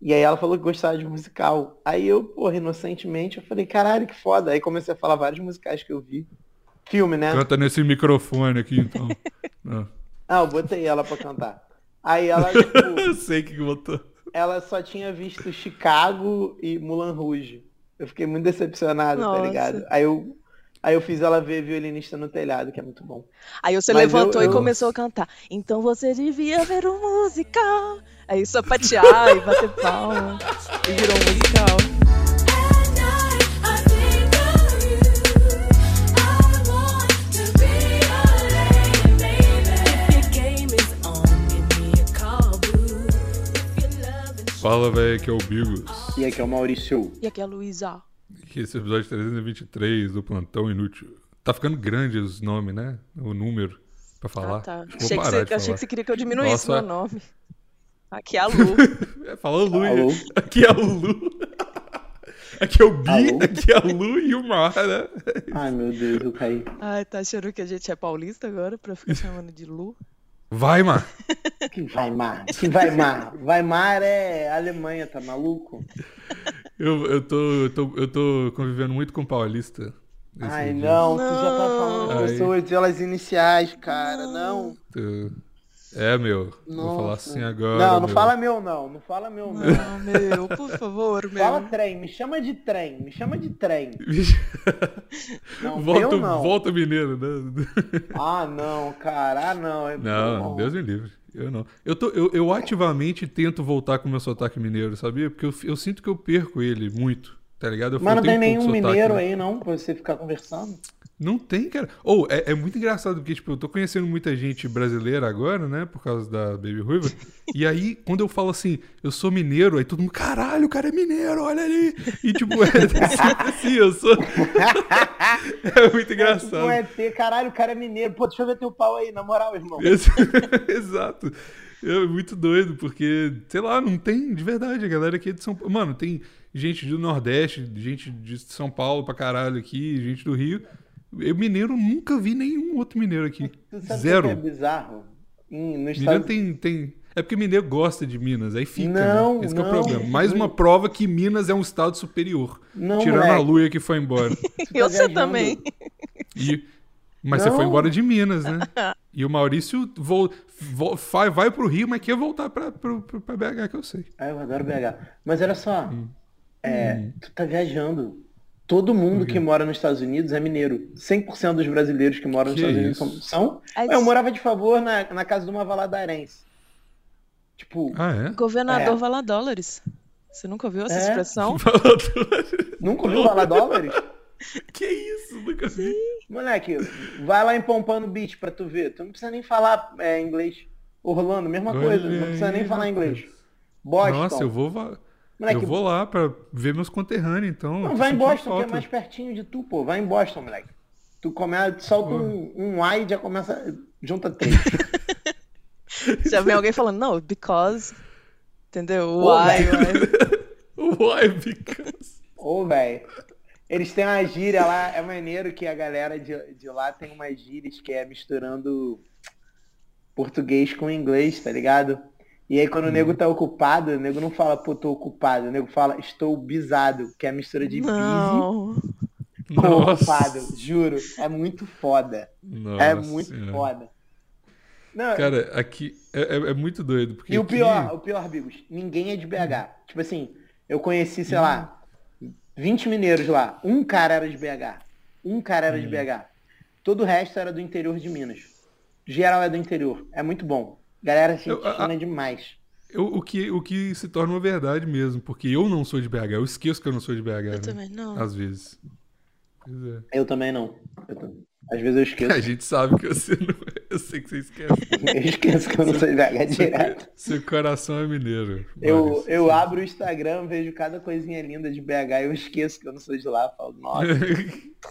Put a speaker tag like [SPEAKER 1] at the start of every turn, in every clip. [SPEAKER 1] E aí ela falou que gostava de musical. Aí eu, porra, inocentemente, eu falei, caralho, que foda. Aí comecei a falar vários musicais que eu vi. Filme,
[SPEAKER 2] É.
[SPEAKER 1] né?
[SPEAKER 3] Canta nesse microfone aqui, então. Ah.
[SPEAKER 1] Ah, eu botei ela pra cantar. Aí ela, tipo,
[SPEAKER 3] Eu sei que botou.
[SPEAKER 1] ela só tinha visto Chicago e Mulan Rouge. Eu fiquei muito decepcionado,
[SPEAKER 2] Nossa.
[SPEAKER 1] tá ligado? Aí eu, aí eu fiz ela ver Violinista no Telhado, que é muito bom.
[SPEAKER 2] Aí você
[SPEAKER 1] Mas
[SPEAKER 2] levantou
[SPEAKER 1] eu-
[SPEAKER 2] e
[SPEAKER 1] eu-
[SPEAKER 2] começou a cantar. Então você devia ver um musical. Aí sapatear e bater palma. E virou um musical.
[SPEAKER 3] Fala, velho, que é o Bigos.
[SPEAKER 1] E aqui é o Maurício.
[SPEAKER 2] E aqui é a Luísa.
[SPEAKER 3] Que esse episódio 323 do Plantão Inútil. Tá ficando grande os nomes, né? O número pra falar.
[SPEAKER 2] Ah, tá.
[SPEAKER 3] Acho que vou
[SPEAKER 2] Achei que,
[SPEAKER 3] parar
[SPEAKER 2] você,
[SPEAKER 3] de
[SPEAKER 2] achei que
[SPEAKER 3] falar.
[SPEAKER 2] você queria que eu diminuísse
[SPEAKER 3] Nossa.
[SPEAKER 2] meu nome. Aqui é a Lu.
[SPEAKER 3] É, Fala Lu.
[SPEAKER 1] Alô?
[SPEAKER 3] Aqui é o Lu. Aqui é o Bi,
[SPEAKER 1] Alô?
[SPEAKER 3] aqui é a Lu e o Mar, né?
[SPEAKER 1] Ai, meu Deus, eu caí.
[SPEAKER 2] Ai, tá achando que a gente é paulista agora pra ficar chamando de Lu?
[SPEAKER 3] Vai, Mar.
[SPEAKER 1] Que Weimar, que Weimar. Weimar é Alemanha, tá maluco?
[SPEAKER 3] Eu, eu, tô, eu, tô, eu tô convivendo muito com paulista. esses
[SPEAKER 1] Ai,
[SPEAKER 3] dias.
[SPEAKER 1] não, tu já tá falando
[SPEAKER 3] Ai.
[SPEAKER 1] as pessoas pelas iniciais, cara. Não.
[SPEAKER 3] Eu- É, meu. Vou falar
[SPEAKER 1] Nossa.
[SPEAKER 3] assim agora.
[SPEAKER 1] Não, não
[SPEAKER 3] meu.
[SPEAKER 1] fala meu, não. Não fala meu, não.
[SPEAKER 2] Não, Ah, meu, por favor, meu.
[SPEAKER 1] Fala trem, me chama de trem, me chama de trem. Não,
[SPEAKER 3] volta,
[SPEAKER 1] eu não.
[SPEAKER 3] volta mineiro, né?
[SPEAKER 1] Ah, não, cara, ah, não. é-
[SPEAKER 3] Não, Deus me livre. Eu não. Eu, tô, eu, eu ativamente tento voltar com o meu sotaque mineiro, sabia? Porque eu, eu sinto que eu perco ele muito, tá ligado? Eu,
[SPEAKER 1] Mas não
[SPEAKER 3] eu tenho
[SPEAKER 1] tem nenhum
[SPEAKER 3] pouco sotaque,
[SPEAKER 1] mineiro
[SPEAKER 3] né?
[SPEAKER 1] aí, não, pra você ficar conversando?
[SPEAKER 3] Não tem, cara. Ou é, é muito engraçado, porque, tipo, eu tô conhecendo muita gente brasileira agora, né? Por causa da Baby Ruiva. E aí, quando eu falo assim, eu sou mineiro, aí todo mundo, caralho, o cara é mineiro, olha ali. E, tipo, é sempre assim, eu sou. É muito engraçado.
[SPEAKER 1] Não é ter, caralho, o cara é mineiro. Pô, deixa eu ver teu pau aí, na moral, irmão.
[SPEAKER 3] Ex- Exato. É muito doido, porque, sei lá, não tem de verdade. A galera aqui é de São Paulo. Mano, tem gente do Nordeste, gente de São Paulo pra caralho aqui, gente do Rio. Eu, mineiro, nunca vi nenhum outro mineiro aqui.
[SPEAKER 1] Tu sabe o Que é
[SPEAKER 3] Zero.
[SPEAKER 1] bizarro. Hum, no
[SPEAKER 3] Mineiro
[SPEAKER 1] estado...
[SPEAKER 3] tem, tem. É porque mineiro gosta de Minas, aí fica.
[SPEAKER 1] Não,
[SPEAKER 3] né? Esse que é o
[SPEAKER 1] não.
[SPEAKER 3] problema. Mais uma prova que Minas é um estado superior.
[SPEAKER 1] Não,
[SPEAKER 3] tirando a
[SPEAKER 1] moleque.
[SPEAKER 3] Luia que foi embora.
[SPEAKER 1] tu tá
[SPEAKER 2] eu sei
[SPEAKER 1] viajando.
[SPEAKER 2] também.
[SPEAKER 3] E- Mas você
[SPEAKER 1] Não.
[SPEAKER 3] foi embora de Minas, né? E o Maurício vol, vol, vai, vai pro Rio, mas quer voltar pra, pro- pro- pra BH, que eu sei.
[SPEAKER 1] Ah, eu adoro BH. Mas olha só,
[SPEAKER 3] Hum.
[SPEAKER 1] é, tu tá viajando. Todo mundo que mora nos Estados Unidos é mineiro. 100% dos brasileiros que moram nos
[SPEAKER 3] Que
[SPEAKER 1] Estados Unidos
[SPEAKER 3] isso.
[SPEAKER 1] são. são.
[SPEAKER 2] Mas-
[SPEAKER 1] Eu morava de favor na, na casa de uma valadarense. Tipo,
[SPEAKER 3] Ah, é?
[SPEAKER 2] Governador
[SPEAKER 1] É.
[SPEAKER 2] Valadólares. Você nunca ouviu essa
[SPEAKER 1] É.
[SPEAKER 2] expressão?
[SPEAKER 1] nunca ouviu Valadólares?
[SPEAKER 3] que isso? Nunca vi.
[SPEAKER 1] Moleque, vai lá em Pompano Beach pra tu ver. Tu não precisa nem falar é, inglês. Orlando, mesma coisa.
[SPEAKER 3] Olha
[SPEAKER 1] Não precisa nem
[SPEAKER 3] aí,
[SPEAKER 1] falar
[SPEAKER 3] rapaz.
[SPEAKER 1] inglês. Boston.
[SPEAKER 3] Nossa, eu vou, va-
[SPEAKER 1] Moleque,
[SPEAKER 3] eu vou lá pra ver meus conterrâneos, então. eu
[SPEAKER 1] Não,
[SPEAKER 3] tô
[SPEAKER 1] vai em
[SPEAKER 3] sentindo
[SPEAKER 1] Boston, que é
[SPEAKER 3] falta.
[SPEAKER 1] mais pertinho de tu, pô. Vai em Boston, moleque. Tu começa, tu solta um, um ai e já começa. Junta três.
[SPEAKER 2] Já vem alguém falando, não, because. Entendeu?
[SPEAKER 1] Pô,
[SPEAKER 2] Why?
[SPEAKER 3] Why,
[SPEAKER 2] why?
[SPEAKER 3] because...
[SPEAKER 1] Ô, velho. Eles têm uma gíria lá, é maneiro que a galera de, de lá tem umas gírias que é misturando português com inglês, tá ligado? E aí quando o
[SPEAKER 3] Uhum.
[SPEAKER 1] nego tá ocupado, o nego não fala, pô, tô ocupado, o nego fala, estou bisado, que é a mistura de busy
[SPEAKER 2] Não.
[SPEAKER 1] com
[SPEAKER 3] Nossa.
[SPEAKER 1] ocupado, juro. É muito foda.
[SPEAKER 3] Nossa
[SPEAKER 1] é muito
[SPEAKER 3] senhora.
[SPEAKER 1] foda. Não,
[SPEAKER 3] Cara, aqui é, é- é muito doido, porque
[SPEAKER 1] E o
[SPEAKER 3] aqui-
[SPEAKER 1] pior, o pior, Bigos, ninguém é de BH.
[SPEAKER 3] Hum.
[SPEAKER 1] Tipo assim, eu conheci, sei lá, 20 mineiros lá. Um cara era de BH. Um cara
[SPEAKER 3] Hum.
[SPEAKER 1] era de BH. Todo o resto era do interior de Minas. Geral é do interior. É muito bom. Galera se
[SPEAKER 3] Eu- a-
[SPEAKER 1] fina demais.
[SPEAKER 3] Eu- o, que, o que se torna uma verdade mesmo, porque eu não sou de BH, eu esqueço que eu não sou de BH.
[SPEAKER 2] Eu
[SPEAKER 3] né?
[SPEAKER 2] também não.
[SPEAKER 3] Às vezes. Pois é.
[SPEAKER 1] Eu também não. Eu também. Às vezes eu
[SPEAKER 3] A
[SPEAKER 1] esqueço.
[SPEAKER 3] gente sabe que você não é. Eu sei que você esquece.
[SPEAKER 1] eu esqueço que eu não sou de BH direto.
[SPEAKER 3] Seu coração é mineiro.
[SPEAKER 1] Eu,
[SPEAKER 3] Maurício.
[SPEAKER 1] eu abro o Instagram, vejo cada coisinha linda de BH e eu esqueço que eu não sou de lá. Falo, nossa,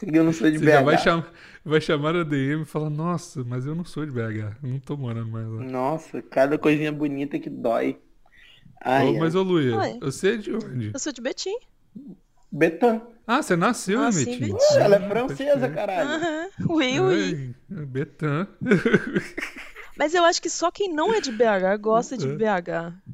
[SPEAKER 1] eu não sou de
[SPEAKER 3] Você já
[SPEAKER 1] BH.
[SPEAKER 3] vai, cham- vai chamar a DM e falar: Nossa, mas eu não sou de BH, eu não tô morando mais lá.
[SPEAKER 1] Nossa, cada coisinha bonita que dói.
[SPEAKER 3] Ô,
[SPEAKER 1] Ai, ai.
[SPEAKER 3] mas, ô Luia,
[SPEAKER 2] Oi.
[SPEAKER 3] você é de onde?
[SPEAKER 2] Eu sou de Betim.
[SPEAKER 1] Betã. Ah,
[SPEAKER 3] Ah, você nasceu
[SPEAKER 2] Nasci
[SPEAKER 3] em
[SPEAKER 2] em
[SPEAKER 3] Betim.
[SPEAKER 2] Betim.
[SPEAKER 1] Ela
[SPEAKER 3] Ah,
[SPEAKER 1] é francesa,
[SPEAKER 3] pode crer.
[SPEAKER 1] caralho.
[SPEAKER 2] Aham. Ui, ui.
[SPEAKER 3] Ai, Betã.
[SPEAKER 2] É. Mas eu acho que só quem não é de BH gosta de BH. Tipo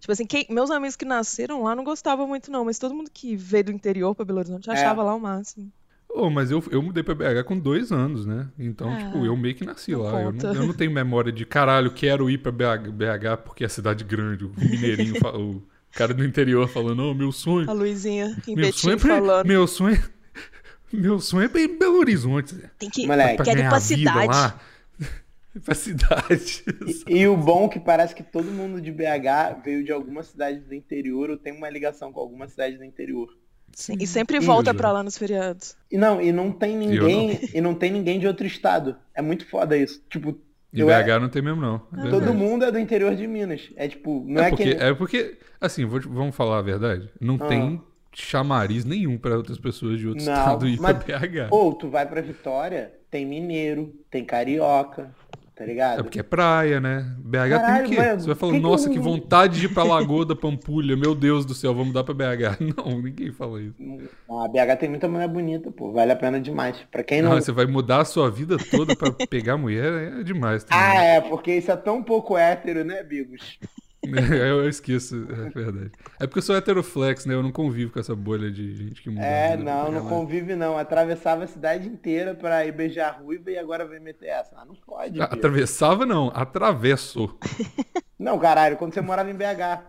[SPEAKER 2] Tipo assim, quem- meus amigos que nasceram lá não gostavam muito, não, mas todo mundo que veio do interior pra Belo Horizonte achava lá o máximo.
[SPEAKER 3] Ô, mas eu, eu mudei pra BH com dois anos, né? Então,
[SPEAKER 2] Ah,
[SPEAKER 3] tipo, eu meio que nasci
[SPEAKER 2] não
[SPEAKER 3] lá. Eu
[SPEAKER 2] conta.
[SPEAKER 3] não, eu não tenho memória de caralho, quero ir pra BH, BH porque é cidade grande. O mineirinho, fa- o cara do interior falando, não, meu sonho.
[SPEAKER 2] A Luizinha em
[SPEAKER 3] Meu
[SPEAKER 2] Betim
[SPEAKER 3] sonho, é, pra-
[SPEAKER 2] falando.
[SPEAKER 3] meu sonho é. Meu sonho é pra ir em Belo Horizonte. Zé.
[SPEAKER 2] Tem que.
[SPEAKER 1] Moleque.
[SPEAKER 3] Pra
[SPEAKER 2] Quero ir
[SPEAKER 3] ganhar
[SPEAKER 2] pra
[SPEAKER 3] vida
[SPEAKER 2] cidade.
[SPEAKER 3] lá. pra cidade.
[SPEAKER 1] E, e o bom é que parece que todo mundo de BH veio de alguma cidade do interior ou tem uma ligação com alguma cidade do interior.
[SPEAKER 2] E sempre volta
[SPEAKER 3] Sim.
[SPEAKER 2] pra lá nos feriados.
[SPEAKER 1] E não, e não tem
[SPEAKER 3] eu
[SPEAKER 1] ninguém, e não tem ninguém de outro estado. É muito foda isso. Tipo,
[SPEAKER 3] Em
[SPEAKER 1] Eu
[SPEAKER 3] BH não tem mesmo, não. É
[SPEAKER 1] todo
[SPEAKER 3] verdade.
[SPEAKER 1] mundo é do interior de Minas. É tipo, não é,
[SPEAKER 3] É porque,
[SPEAKER 1] que
[SPEAKER 3] é porque, assim, vou te- vamos falar a verdade. Não
[SPEAKER 1] Ah.
[SPEAKER 3] tem chamariz nenhum pra outras pessoas de outro
[SPEAKER 1] Não,
[SPEAKER 3] estado ir
[SPEAKER 1] mas-
[SPEAKER 3] pra BH.
[SPEAKER 1] ou tu vai pra Vitória, tem mineiro, tem carioca, tá ligado?
[SPEAKER 3] É porque é praia, né? BH
[SPEAKER 1] Caralho,
[SPEAKER 3] tem o quê?
[SPEAKER 1] mano,
[SPEAKER 3] Você vai falar,
[SPEAKER 1] que que
[SPEAKER 3] nossa,
[SPEAKER 1] eu-
[SPEAKER 3] que vontade de ir pra Lagoa da Pampulha. Meu Deus do céu, vamos dar pra BH. Não, ninguém fala isso.
[SPEAKER 1] A BH tem muita mulher bonita, pô, vale a pena demais. Pra quem não
[SPEAKER 3] Não, Ah, você vai mudar a sua vida toda pra pegar mulher, é demais. também.
[SPEAKER 1] Ah, é, porque isso é tão pouco hétero, né, Bigos?
[SPEAKER 3] eu, eu esqueço, é verdade. É porque eu sou heteroflex, né? Eu não convivo com essa bolha de gente que muda.
[SPEAKER 1] É,
[SPEAKER 3] a vida pra
[SPEAKER 1] não, não
[SPEAKER 3] caralho.
[SPEAKER 1] convive não. Atravessava a cidade inteira pra ir beijar a ruiva e agora vem meter essa. Ah, não pode.
[SPEAKER 3] Ah,
[SPEAKER 1] Bigo.
[SPEAKER 3] Atravessava não, atravesso.
[SPEAKER 1] Não, caralho, quando você morava em BH.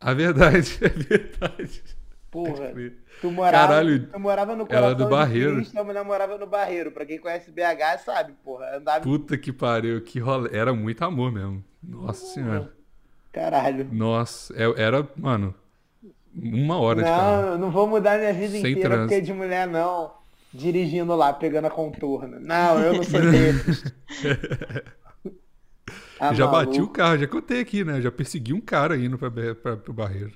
[SPEAKER 3] A verdade, é verdade.
[SPEAKER 1] Porra.
[SPEAKER 3] crer.
[SPEAKER 1] Tu morava,
[SPEAKER 3] Caralho,
[SPEAKER 1] tu morava no
[SPEAKER 3] ela
[SPEAKER 1] coração
[SPEAKER 3] é do Barreiro.
[SPEAKER 1] de Cristo, a mulher morava no Barreiro. Pra quem conhece BH sabe, porra. Andava
[SPEAKER 3] Puta que pariu, que rola. Era muito amor mesmo. Nossa senhora.
[SPEAKER 1] caralho.
[SPEAKER 3] Nossa, é- era, mano, uma hora de carro.
[SPEAKER 1] Não, eu não vou mudar minha vida
[SPEAKER 3] Sem
[SPEAKER 1] inteira
[SPEAKER 3] trânsito.
[SPEAKER 1] porque é de mulher não. Dirigindo lá, pegando a contorna. Não, eu não sou desses. Ah,
[SPEAKER 3] já bati
[SPEAKER 1] maluco.
[SPEAKER 3] o carro, já contei aqui, né? Já persegui um cara indo pra, Be- pra, pro barreiro.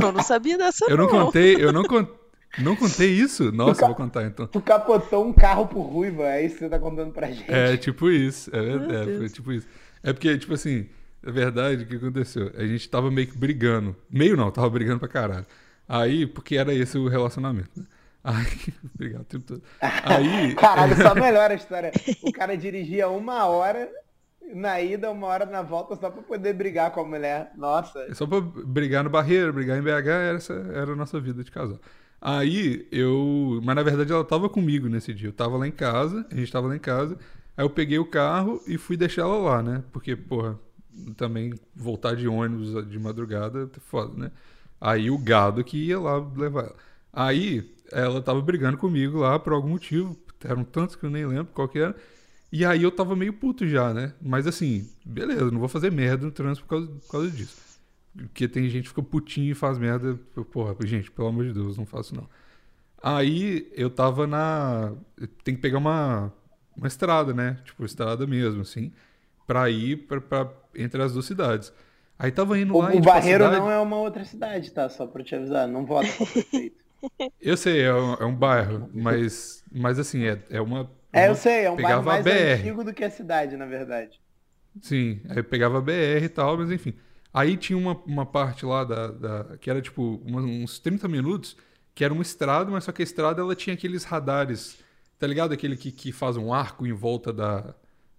[SPEAKER 2] Eu não sabia dessa,
[SPEAKER 3] Eu não contei, eu não contei. Não contei isso? Nossa, eu vou contar então.
[SPEAKER 1] Tu capotou um carro pro Ruiva, é isso que você tá contando pra gente.
[SPEAKER 3] É tipo isso, é verdade,
[SPEAKER 2] Deus.
[SPEAKER 3] foi tipo isso. É porque, tipo assim, é verdade o que aconteceu. A gente tava meio que brigando. Meio não, tava brigando pra caralho. Aí, porque era esse o relacionamento. né? Aí, obrigado o tempo todo. Aí,
[SPEAKER 1] Caralho, só melhora a história. O cara dirigia uma hora na ida, uma hora na volta, só pra poder brigar com a mulher. Nossa.
[SPEAKER 3] É Só pra brigar no barreiro, brigar em BH, era, essa, era a nossa vida de casal. Aí eu. Mas na verdade ela tava comigo nesse dia. Eu tava lá em casa, a gente tava lá em casa. Aí eu peguei o carro e fui deixar ela lá, né? Porque, porra, também voltar de ônibus de madrugada é foda, né? Aí o gado que ia lá levar ela. Aí ela tava brigando comigo lá por algum motivo. Eram tantos que eu nem lembro qual que era. E aí eu tava meio puto já, né? Mas assim, beleza, não vou fazer merda no trânsito por causa, por causa disso. Porque tem gente que fica putinho e faz merda. Porra, gente, pelo amor de Deus, não faço não. Aí eu tava na. Tem que pegar uma, uma estrada, né? Tipo, estrada mesmo, assim. Pra ir pra, pra- entre as duas cidades. Aí tava indo
[SPEAKER 1] O,
[SPEAKER 3] lá.
[SPEAKER 1] o
[SPEAKER 3] e, tipo, a
[SPEAKER 1] Barreiro
[SPEAKER 3] cidade-
[SPEAKER 1] não é uma outra cidade, tá? Só pra te avisar, não vota pra prefeito.
[SPEAKER 3] Eu sei, é um, é um bairro. Mas, mas assim, é, é uma.
[SPEAKER 1] É, eu
[SPEAKER 3] uma-
[SPEAKER 1] sei, é um bairro
[SPEAKER 3] Pegava a
[SPEAKER 1] mais
[SPEAKER 3] BR.
[SPEAKER 1] antigo do que a cidade, na verdade.
[SPEAKER 3] Sim, aí eu pegava a BR e tal, mas enfim. Aí tinha uma, uma parte lá da, da- que era tipo uma- uns 30 minutos, que era uma estrada, mas só que a estrada ela tinha aqueles radares, tá ligado? Aquele que, que faz um arco em volta da,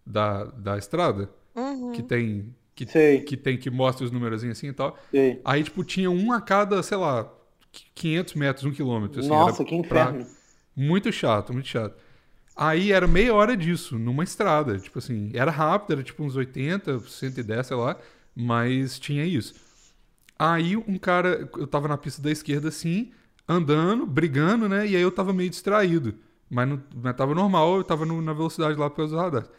[SPEAKER 3] da, da estrada,
[SPEAKER 2] Uhum.
[SPEAKER 3] que tem que,
[SPEAKER 1] Sei.
[SPEAKER 3] que tem que mostra os numerozinhos assim e tal.
[SPEAKER 1] Sei.
[SPEAKER 3] Aí tipo tinha um a cada, sei lá, 500 metros, um quilômetro. Assim,
[SPEAKER 1] Nossa,
[SPEAKER 3] era
[SPEAKER 1] que
[SPEAKER 3] pra-
[SPEAKER 1] inferno.
[SPEAKER 3] muito chato, muito chato. Aí era meia hora disso, numa estrada. Tipo assim, era rápido, era tipo uns 80, 110, sei lá, mas tinha isso. Aí um cara, eu tava na pista da esquerda assim, andando, brigando, né? E aí eu tava meio distraído. Mas, não, mas tava normal, eu tava no- na velocidade lá pelos radares.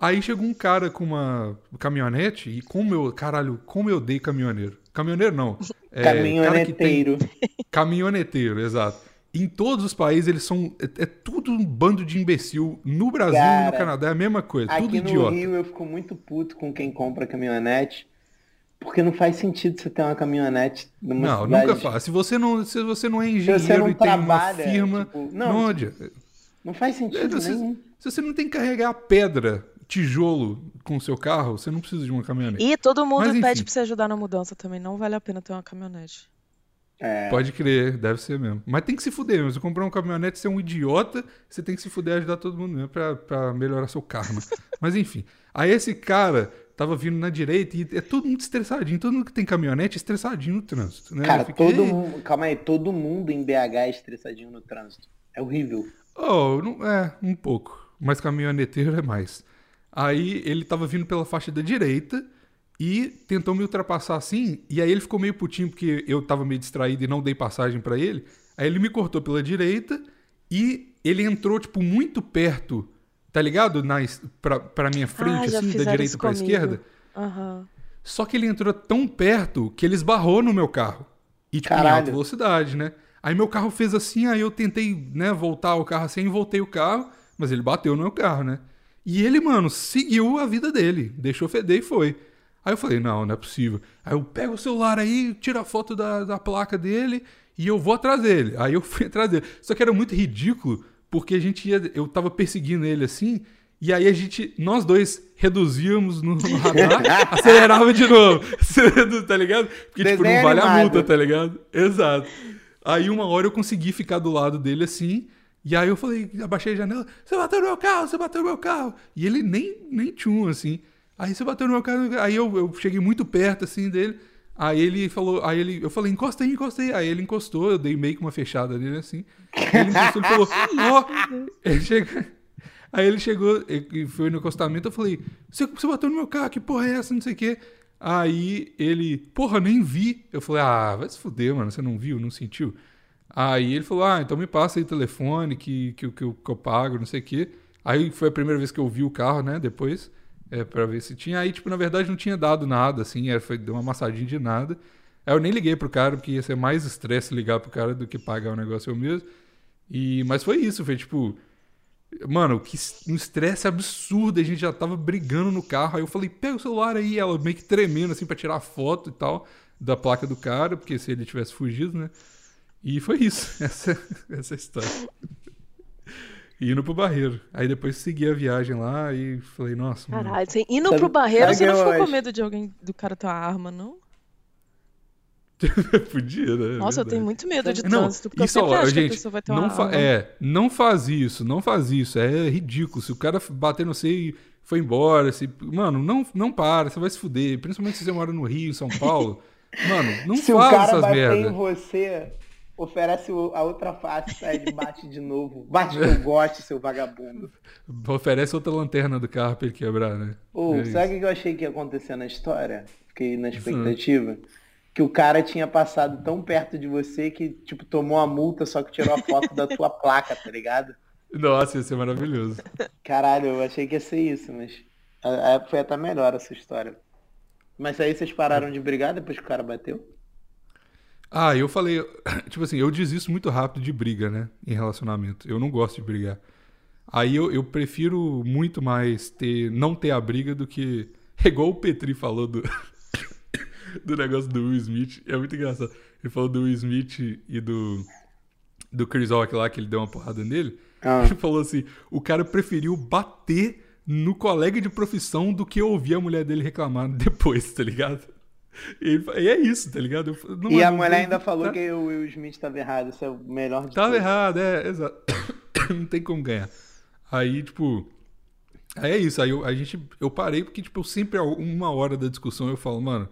[SPEAKER 3] Aí chegou um cara com uma caminhonete e como eu, caralho, como eu odeio caminhoneiro. Caminhoneiro não. É, cara que tem-
[SPEAKER 1] Caminhoneteiro.
[SPEAKER 3] Caminhoneteiro, exato. Em todos os países eles são. É, é tudo um bando de imbecil. No Brasil e
[SPEAKER 1] Cara,
[SPEAKER 3] no Canadá é a mesma coisa. tudo
[SPEAKER 1] Aqui no
[SPEAKER 3] idiota.
[SPEAKER 1] Rio eu fico muito puto com quem compra caminhonete, porque não faz sentido você ter uma caminhonete numa
[SPEAKER 3] não,
[SPEAKER 1] cidade.
[SPEAKER 3] nunca faz. Se você não, se você não é engenheiro
[SPEAKER 1] você não
[SPEAKER 3] e tem
[SPEAKER 1] trabalha,
[SPEAKER 3] uma firma.
[SPEAKER 1] tipo, não,
[SPEAKER 3] não,
[SPEAKER 1] tipo,
[SPEAKER 3] adianta.
[SPEAKER 1] Não faz
[SPEAKER 3] É,
[SPEAKER 1] sentido
[SPEAKER 3] você-
[SPEAKER 1] nenhum.
[SPEAKER 3] Se você não tem que carregar pedra, tijolo com o seu carro, você não precisa de uma caminhonete.
[SPEAKER 2] E todo mundo
[SPEAKER 3] Mas,
[SPEAKER 2] pede
[SPEAKER 3] enfim.
[SPEAKER 2] pra você ajudar na mudança também. Não vale a pena ter uma caminhonete.
[SPEAKER 1] É.
[SPEAKER 3] Pode crer, deve ser mesmo. Mas tem que se fuder mesmo. Você comprar um caminhonete, você é um idiota, você tem que se fuder e ajudar todo mundo mesmo pra, pra melhorar seu karma. Mas enfim. Aí esse cara tava vindo na direita e é todo mundo estressadinho. Todo mundo que tem caminhonete é estressadinho no trânsito, né?
[SPEAKER 1] Cara,
[SPEAKER 3] Eu fiquei,
[SPEAKER 1] todo mundo. Calma aí, todo mundo em BH é estressadinho no trânsito. É horrível.
[SPEAKER 3] Oh, não, é, um pouco. Mas caminhoneteiro é mais. Aí ele tava vindo pela faixa da direita e tentou me ultrapassar assim. E aí ele ficou meio putinho porque eu tava meio distraído e não dei passagem pra ele. Aí ele me cortou pela direita e ele entrou, tipo, muito perto, tá ligado? Na, es- pra, pra minha frente,
[SPEAKER 2] Ah, já
[SPEAKER 3] assim, da
[SPEAKER 2] fizeram
[SPEAKER 3] direita
[SPEAKER 2] isso
[SPEAKER 3] pra
[SPEAKER 2] comigo.
[SPEAKER 3] esquerda.
[SPEAKER 2] Aham.
[SPEAKER 3] Só que ele entrou tão perto que ele esbarrou no meu carro. E, tipo, em
[SPEAKER 1] Caralho.
[SPEAKER 3] alta velocidade, né? Aí meu carro fez assim, aí eu tentei, né, voltar o carro assim, voltei o carro, mas ele bateu no meu carro, né? E ele, mano, seguiu a vida dele, deixou feder e foi. Aí eu falei, não, não é possível. Aí eu pego o celular aí, tiro a foto da, da placa dele e eu vou atrás dele. Aí eu fui atrás dele. Só que era muito ridículo, porque a gente ia, eu tava perseguindo ele assim, e aí a gente, nós dois, reduzíamos no radar, acelerava de novo. Acelerando, tá ligado? Porque, tipo, não
[SPEAKER 1] Desenho
[SPEAKER 3] vale a
[SPEAKER 1] animado.
[SPEAKER 3] multa, tá ligado? Exato. Aí uma hora eu consegui ficar do lado dele assim. E aí eu falei, abaixei a janela, você bateu no meu carro, você bateu no meu carro. E ele nem, nem tchum, assim. Aí você bateu no meu carro, aí eu, eu cheguei muito perto, assim, dele. Aí ele falou, aí ele, eu falei, encosta aí, encosta aí. Aí ele encostou, eu dei meio que uma fechada nele, assim. Ele encostou, ele falou, ó. Ele chega... Aí ele chegou e e foi no acostamento, eu falei, você, você bateu no meu carro, que porra é essa, não sei o quê. Aí ele, porra, nem vi. Eu falei, ah, vai se fuder, mano, você não viu, não sentiu? Aí ele falou, ah, então me passa aí o telefone que, que, eu- que, eu, que eu pago, não sei o quê. Aí foi a primeira vez que eu vi o carro, né, depois, é, pra ver se tinha. Aí, tipo, na verdade não tinha dado nada, assim, era, foi, deu uma amassadinha de nada. Aí eu nem liguei pro cara, porque ia ser mais estresse ligar pro cara do que pagar o negócio eu mesmo. E, mas foi isso, foi tipo... Mano, que es- um estresse absurdo. A gente já tava brigando no carro. Aí eu falei, pega o celular aí. Ela meio que tremendo, assim, pra tirar foto e tal da placa do cara, porque se ele tivesse fugido, né? E foi isso, essa, essa é história. E indo pro barreiro. Aí depois segui a viagem lá e falei, nossa, mano.
[SPEAKER 2] Caralho, você indo
[SPEAKER 1] Sabe-
[SPEAKER 2] pro barreiro,
[SPEAKER 1] sabe
[SPEAKER 2] você
[SPEAKER 1] que
[SPEAKER 2] não
[SPEAKER 1] eu
[SPEAKER 2] ficou com
[SPEAKER 1] acho?
[SPEAKER 2] medo de alguém do cara ter uma arma, não?
[SPEAKER 3] Podia, né?
[SPEAKER 2] Nossa, eu tenho
[SPEAKER 3] Verdade.
[SPEAKER 2] muito medo de
[SPEAKER 3] Não,
[SPEAKER 2] trânsito, porque
[SPEAKER 3] isso,
[SPEAKER 2] eu sempre
[SPEAKER 3] ó,
[SPEAKER 2] acho que a
[SPEAKER 3] gente,
[SPEAKER 2] pessoa vai ter uma
[SPEAKER 3] Não fa-
[SPEAKER 2] arma.
[SPEAKER 3] é, não faz isso, não faz isso. É ridículo. Se o cara f- bater no você e foi embora, se, mano, não, não para, você vai se fuder. Principalmente se você mora no Rio, em São Paulo. Mano, não
[SPEAKER 1] Se o
[SPEAKER 3] faz
[SPEAKER 1] cara
[SPEAKER 3] essas
[SPEAKER 1] bater
[SPEAKER 3] merda.
[SPEAKER 1] em você, oferece o- a outra face, aí ele bate de novo. Bate que eu gosto, seu vagabundo.
[SPEAKER 3] Oferece outra lanterna do carro pra ele quebrar, né?
[SPEAKER 1] Ô,
[SPEAKER 3] É Hum.
[SPEAKER 1] sabe o que eu achei que ia acontecer na história? Fiquei na expectativa. Que o cara tinha passado tão perto de você que, tipo, tomou a multa, só que tirou a foto da tua placa, tá ligado?
[SPEAKER 3] Nossa, ia ser maravilhoso.
[SPEAKER 1] Caralho, eu achei que ia ser isso, mas a- a- foi até melhor essa história. Mas aí vocês pararam de brigar depois que o cara bateu?
[SPEAKER 3] Ah, eu falei, tipo assim, eu desisto muito rápido de briga, né? Em relacionamento. Eu não gosto de brigar. Aí eu, eu prefiro muito mais ter, não ter a briga do que. É igual o Petri falou do, do negócio do Will Smith. É muito engraçado. Ele falou do Will Smith e do, do Chris Rock lá, que ele deu uma porrada nele.
[SPEAKER 1] Ah.
[SPEAKER 3] Ele falou assim: o cara preferiu bater no colega de profissão do que ouvir a mulher dele reclamar depois, tá ligado? E, ele fa- e é isso, tá ligado? Eu fa- não,
[SPEAKER 1] E a
[SPEAKER 3] mas-
[SPEAKER 1] mulher ainda falou
[SPEAKER 3] tá-
[SPEAKER 1] que o Will Smith estava errado, isso é o melhor de
[SPEAKER 3] Tava
[SPEAKER 1] tudo.
[SPEAKER 3] errado, é, exato. Não tem como ganhar. Aí, tipo. Aí é isso. Aí eu, a gente, eu parei porque, tipo, eu sempre, a uma hora da discussão, eu falo, mano.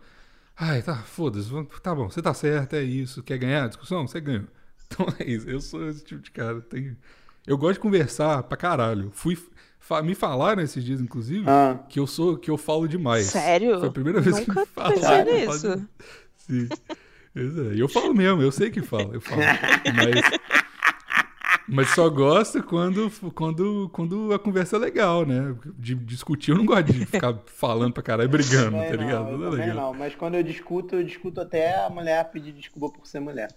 [SPEAKER 3] Ai, tá, foda-se. vamos- Tá bom, você tá certo, é isso. Quer ganhar a discussão? Você ganha. Então é isso. Eu sou esse tipo de cara. Tem... Eu gosto de conversar pra caralho. Fui. fa- me falaram esses dias, inclusive,
[SPEAKER 1] Ah.
[SPEAKER 3] que eu sou. que eu falo demais.
[SPEAKER 2] Sério?
[SPEAKER 3] é, Foi a primeira vez que
[SPEAKER 2] Nunca
[SPEAKER 3] me falaram.
[SPEAKER 2] pensei
[SPEAKER 3] que eu falo
[SPEAKER 2] nisso.
[SPEAKER 3] demais. Sim. Exato. E eu falo mesmo, eu sei que falo, eu falo. Mas, mas só gosto quando, quando, quando a conversa é legal, né? De discutir, eu não gosto de ficar falando pra caralho, brigando,
[SPEAKER 1] É,
[SPEAKER 3] tá ligado?
[SPEAKER 1] Não, eu
[SPEAKER 3] é
[SPEAKER 1] também
[SPEAKER 3] legal.
[SPEAKER 1] não, mas quando eu discuto, eu discuto até a mulher pedir desculpa por ser mulher.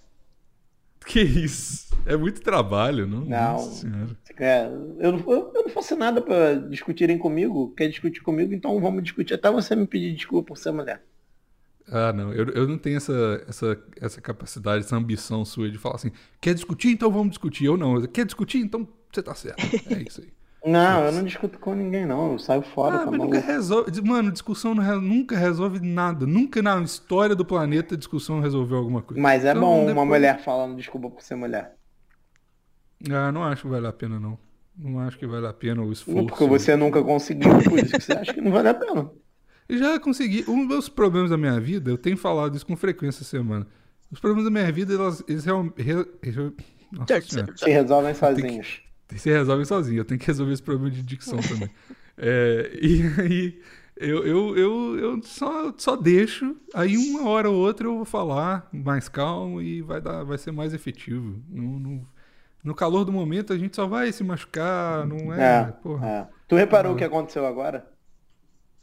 [SPEAKER 3] Que isso? É muito trabalho, não?
[SPEAKER 1] Não.
[SPEAKER 3] Nossa senhora.
[SPEAKER 1] É, eu, não, eu, eu não faço nada pra discutirem comigo, quer discutir comigo, então vamos discutir até você me pedir desculpa por ser mulher.
[SPEAKER 3] Ah, não. Eu, eu não tenho essa, essa, essa capacidade, essa ambição sua de falar assim, quer discutir? Então vamos discutir. Eu não. Quer discutir? Então você tá certo. É isso aí.
[SPEAKER 1] Não, eu não discuto com ninguém não, eu saio fora,
[SPEAKER 3] Ah,
[SPEAKER 1] tá
[SPEAKER 3] mas
[SPEAKER 1] maluco.
[SPEAKER 3] nunca resolve. Mano, discussão não re- nunca resolve nada. Nunca na história do planeta discussão resolveu alguma coisa.
[SPEAKER 1] Mas é
[SPEAKER 3] Então,
[SPEAKER 1] bom uma
[SPEAKER 3] depois-
[SPEAKER 1] mulher falando desculpa por ser mulher.
[SPEAKER 3] Ah, não acho que vale a pena, não. Não acho que vale a pena o esforço.
[SPEAKER 1] Não porque você nunca conseguiu, por isso que você acha que não vale a pena.
[SPEAKER 3] Já consegui. Um dos problemas da minha vida, eu tenho falado isso com frequência essa semana. Os problemas da minha vida, elas, eles realmente. Nossa senhora.
[SPEAKER 1] Se resolvem sozinhos.
[SPEAKER 3] se resolvem sozinho. Eu tenho que resolver esse problema de dicção também. É, e aí eu, eu, eu, eu só, só deixo, aí uma hora ou outra eu vou falar mais calmo e vai, dar, vai ser mais efetivo. No, no, no calor do momento a gente só vai se machucar, não é?
[SPEAKER 1] É,
[SPEAKER 3] porra.
[SPEAKER 1] é. Tu reparou o que aconteceu agora?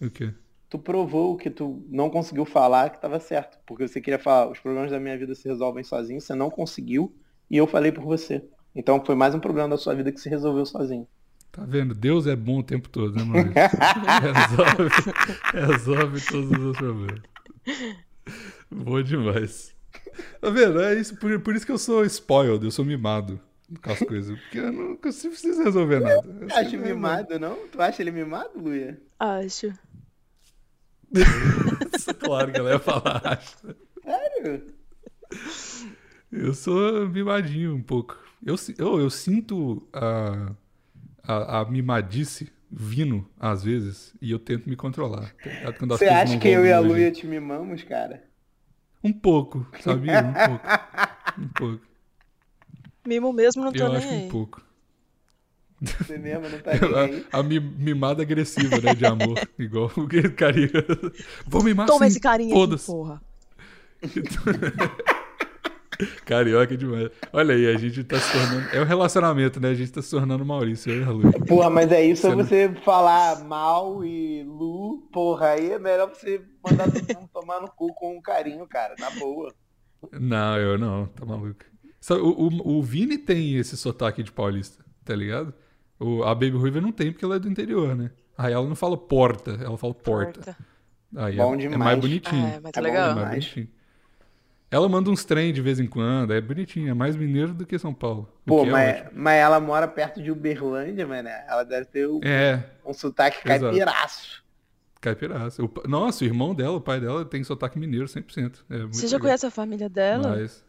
[SPEAKER 3] O quê?
[SPEAKER 1] Tu provou que tu não conseguiu falar que tava certo. Porque você queria falar, os problemas da minha vida se resolvem sozinhos, você não conseguiu, e eu falei por você. Então foi mais um problema da sua vida que se resolveu sozinho.
[SPEAKER 3] Tá vendo? Deus é bom o tempo todo, né, Maurício? resolve, resolve todos os seus problemas. Boa demais. Tá vendo? É isso, por, por isso que eu sou spoiled, eu sou mimado com as coisas. Porque eu não consigo preciso resolver nada. Eu
[SPEAKER 1] Tu acha
[SPEAKER 3] sempre-
[SPEAKER 1] mimado, não? Tu acha ele mimado, Luia?
[SPEAKER 2] Acho.
[SPEAKER 3] claro que ela ia falar. acho.
[SPEAKER 1] Sério?
[SPEAKER 3] Eu sou mimadinho um pouco. Eu, si- eu, eu sinto a, a, a mimadice vindo, às vezes, e eu tento me controlar. tá ligado? Quando as
[SPEAKER 1] Você
[SPEAKER 3] coisas
[SPEAKER 1] acha
[SPEAKER 3] não né,
[SPEAKER 1] que eu
[SPEAKER 3] vão
[SPEAKER 1] e a
[SPEAKER 3] do meu
[SPEAKER 1] Luia
[SPEAKER 3] jeito.
[SPEAKER 1] te mimamos, cara?
[SPEAKER 3] Um pouco, sabia? Um pouco. Um pouco.
[SPEAKER 2] Mimo mesmo, não tô
[SPEAKER 3] Eu acho que
[SPEAKER 2] nem
[SPEAKER 3] um
[SPEAKER 2] aí.
[SPEAKER 3] pouco.
[SPEAKER 1] Você mesmo não tá nem aí?
[SPEAKER 3] A, a mi- mimada agressiva, né? De amor. Igual o que carinha. Vou mimar
[SPEAKER 2] Toma
[SPEAKER 3] sim,
[SPEAKER 2] esse carinha aqui,
[SPEAKER 3] foda-se.
[SPEAKER 2] porra.
[SPEAKER 3] Carioca é demais. Olha aí, a gente tá se tornando. É um relacionamento, né? A gente tá se tornando Maurício, eu e a Lu.
[SPEAKER 1] Porra, mas é isso, é
[SPEAKER 3] Você não-
[SPEAKER 1] você falar mal e Lu, porra, aí é melhor você mandar todo mundo tomar no cu com um carinho, cara, na boa.
[SPEAKER 3] é Não, eu não, tá maluco. Sabe, o, o, o Vini tem esse sotaque de paulista, tá ligado? O, a Baby Ruiva não tem porque ela é do interior, né? Aí ela não fala porta, ela fala porta. Aí é-
[SPEAKER 1] Bom
[SPEAKER 3] é, mais
[SPEAKER 1] demais.
[SPEAKER 3] bonitinho.
[SPEAKER 2] Ah, mas tá
[SPEAKER 1] É bom
[SPEAKER 3] É
[SPEAKER 2] legal.
[SPEAKER 3] mais
[SPEAKER 1] demais.
[SPEAKER 3] bonitinho. Ela manda uns trem de vez em quando, é bonitinho, é mais mineiro do que São Paulo. o
[SPEAKER 1] Pô,
[SPEAKER 3] que é
[SPEAKER 1] mas,
[SPEAKER 3] ótimo.
[SPEAKER 1] mas ela mora perto de Uberlândia, mano. né? Ela deve ter um,
[SPEAKER 3] É,
[SPEAKER 1] um sotaque
[SPEAKER 3] Exato.
[SPEAKER 1] caipiraço.
[SPEAKER 3] caipiraça. O pa- nossa, o irmão dela, o pai dela, tem sotaque mineiro 100%. É muito
[SPEAKER 2] Você já
[SPEAKER 3] legal.
[SPEAKER 2] conhece a família dela?
[SPEAKER 3] Mas...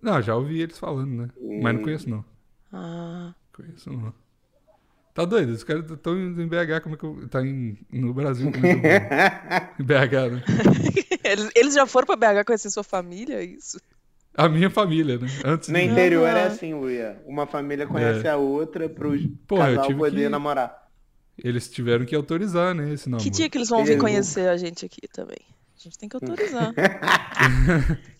[SPEAKER 3] Não, já ouvi eles falando, né? Mas
[SPEAKER 1] Hum.
[SPEAKER 3] não conheço, não.
[SPEAKER 2] Ah,
[SPEAKER 3] Conheço não. Tá doido? Os caras estão em BH, como é que eu. Tá em, no Brasil, como é que eu vou? Em BH, né?
[SPEAKER 2] eles, eles já foram pra BH conhecer sua família, é isso?
[SPEAKER 3] A minha família, né? Antes
[SPEAKER 1] No
[SPEAKER 3] de-
[SPEAKER 1] interior é
[SPEAKER 2] Aham.
[SPEAKER 1] assim, Luia. Uma família conhece a outra pro
[SPEAKER 3] Porra, É. eu
[SPEAKER 1] casal
[SPEAKER 3] tive
[SPEAKER 1] poder
[SPEAKER 3] que-
[SPEAKER 1] namorar.
[SPEAKER 3] Eles tiveram que autorizar, né? Esse namoro.
[SPEAKER 2] Que dia que eles vão vir
[SPEAKER 1] Eu-
[SPEAKER 2] conhecer a gente aqui também? A gente tem que autorizar.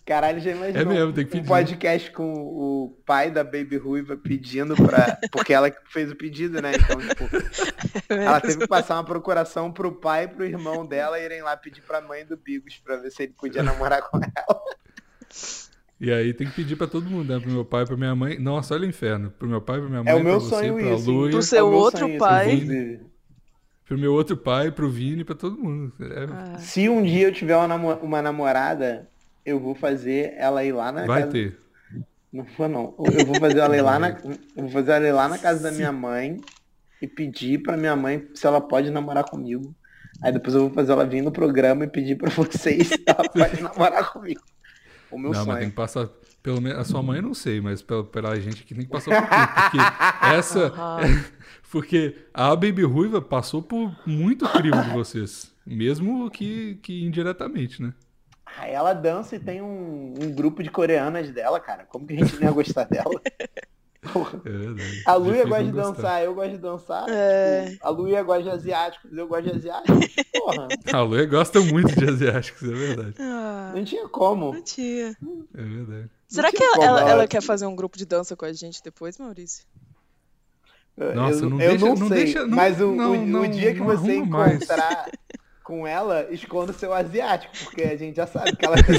[SPEAKER 1] Caralho, já imaginou
[SPEAKER 3] É mesmo, tem que
[SPEAKER 1] um
[SPEAKER 3] pedir.
[SPEAKER 1] podcast com o pai da Baby Ruiva pedindo pra... Porque ela que fez o pedido, né? Então, tipo, Ela teve que passar uma procuração pro pai e pro irmão dela irem lá pedir pra mãe do Bigos pra ver se ele
[SPEAKER 3] É.
[SPEAKER 1] podia namorar com ela.
[SPEAKER 3] E aí tem que pedir pra todo mundo, né? Pro meu pai, pra minha mãe. Nossa, olha o inferno. Pro meu pai, pra minha mãe,
[SPEAKER 1] É o meu
[SPEAKER 3] pra
[SPEAKER 1] sonho
[SPEAKER 3] você, pra
[SPEAKER 1] isso.
[SPEAKER 3] Lu,
[SPEAKER 1] hein?
[SPEAKER 2] Do
[SPEAKER 1] É o
[SPEAKER 2] seu
[SPEAKER 1] meu
[SPEAKER 2] outro
[SPEAKER 1] sonho isso,
[SPEAKER 2] pai.
[SPEAKER 1] inclusive.
[SPEAKER 3] pro meu outro pai, pro Vini, pra todo mundo. É,
[SPEAKER 2] Ah,
[SPEAKER 1] Se um dia eu tiver uma, namo- uma namorada, eu vou fazer ela ir lá na
[SPEAKER 3] vai
[SPEAKER 1] casa.
[SPEAKER 3] ter.
[SPEAKER 1] Não vou não. Eu vou fazer ela ir lá na. Eu vou fazer ela ir lá na casa da minha mãe e pedir pra minha mãe se ela pode namorar comigo. Aí depois eu vou fazer ela vir no programa e pedir pra vocês se ela pode namorar comigo. O meu
[SPEAKER 3] não, mas tem
[SPEAKER 1] sonho.
[SPEAKER 3] que passar. Pelo menos a sua mãe eu não sei, mas pela, pela gente aqui tem que passar por tudo. Porque essa.
[SPEAKER 2] Aham.
[SPEAKER 3] porque a Baby Ruiva passou por muito crivo de vocês. Mesmo que, que indiretamente, né?
[SPEAKER 1] Ah, ela dança e tem um, um grupo de coreanas dela, cara. Como que a gente não ia gostar dela? Porra.
[SPEAKER 3] É verdade.
[SPEAKER 1] A Luia
[SPEAKER 3] Difícil
[SPEAKER 1] gosta de
[SPEAKER 3] não gostar.
[SPEAKER 1] dançar, eu gosto de dançar.
[SPEAKER 2] É.
[SPEAKER 1] A Luia gosta de asiáticos, eu gosto de asiáticos. Porra,
[SPEAKER 3] A Luia gosta muito de asiáticos, é verdade.
[SPEAKER 2] ah,
[SPEAKER 1] não tinha como.
[SPEAKER 2] não tinha.
[SPEAKER 3] É verdade.
[SPEAKER 2] Será que
[SPEAKER 1] tinha
[SPEAKER 2] ela,
[SPEAKER 1] como, né?
[SPEAKER 2] ela-
[SPEAKER 1] ela-
[SPEAKER 2] ela quer fazer um grupo de dança com a gente depois, Maurício?
[SPEAKER 1] Eu-
[SPEAKER 3] Nossa,
[SPEAKER 1] eu,
[SPEAKER 3] não
[SPEAKER 1] eu
[SPEAKER 3] deixa-
[SPEAKER 1] não
[SPEAKER 3] não
[SPEAKER 1] sei,
[SPEAKER 3] deixa- não-
[SPEAKER 1] mas o,
[SPEAKER 3] não-
[SPEAKER 1] o- o
[SPEAKER 3] não-
[SPEAKER 1] dia que
[SPEAKER 3] não
[SPEAKER 1] você
[SPEAKER 3] arruma mais.
[SPEAKER 1] encontrar com ela, esconda o seu asiático, porque a gente já sabe que ela tem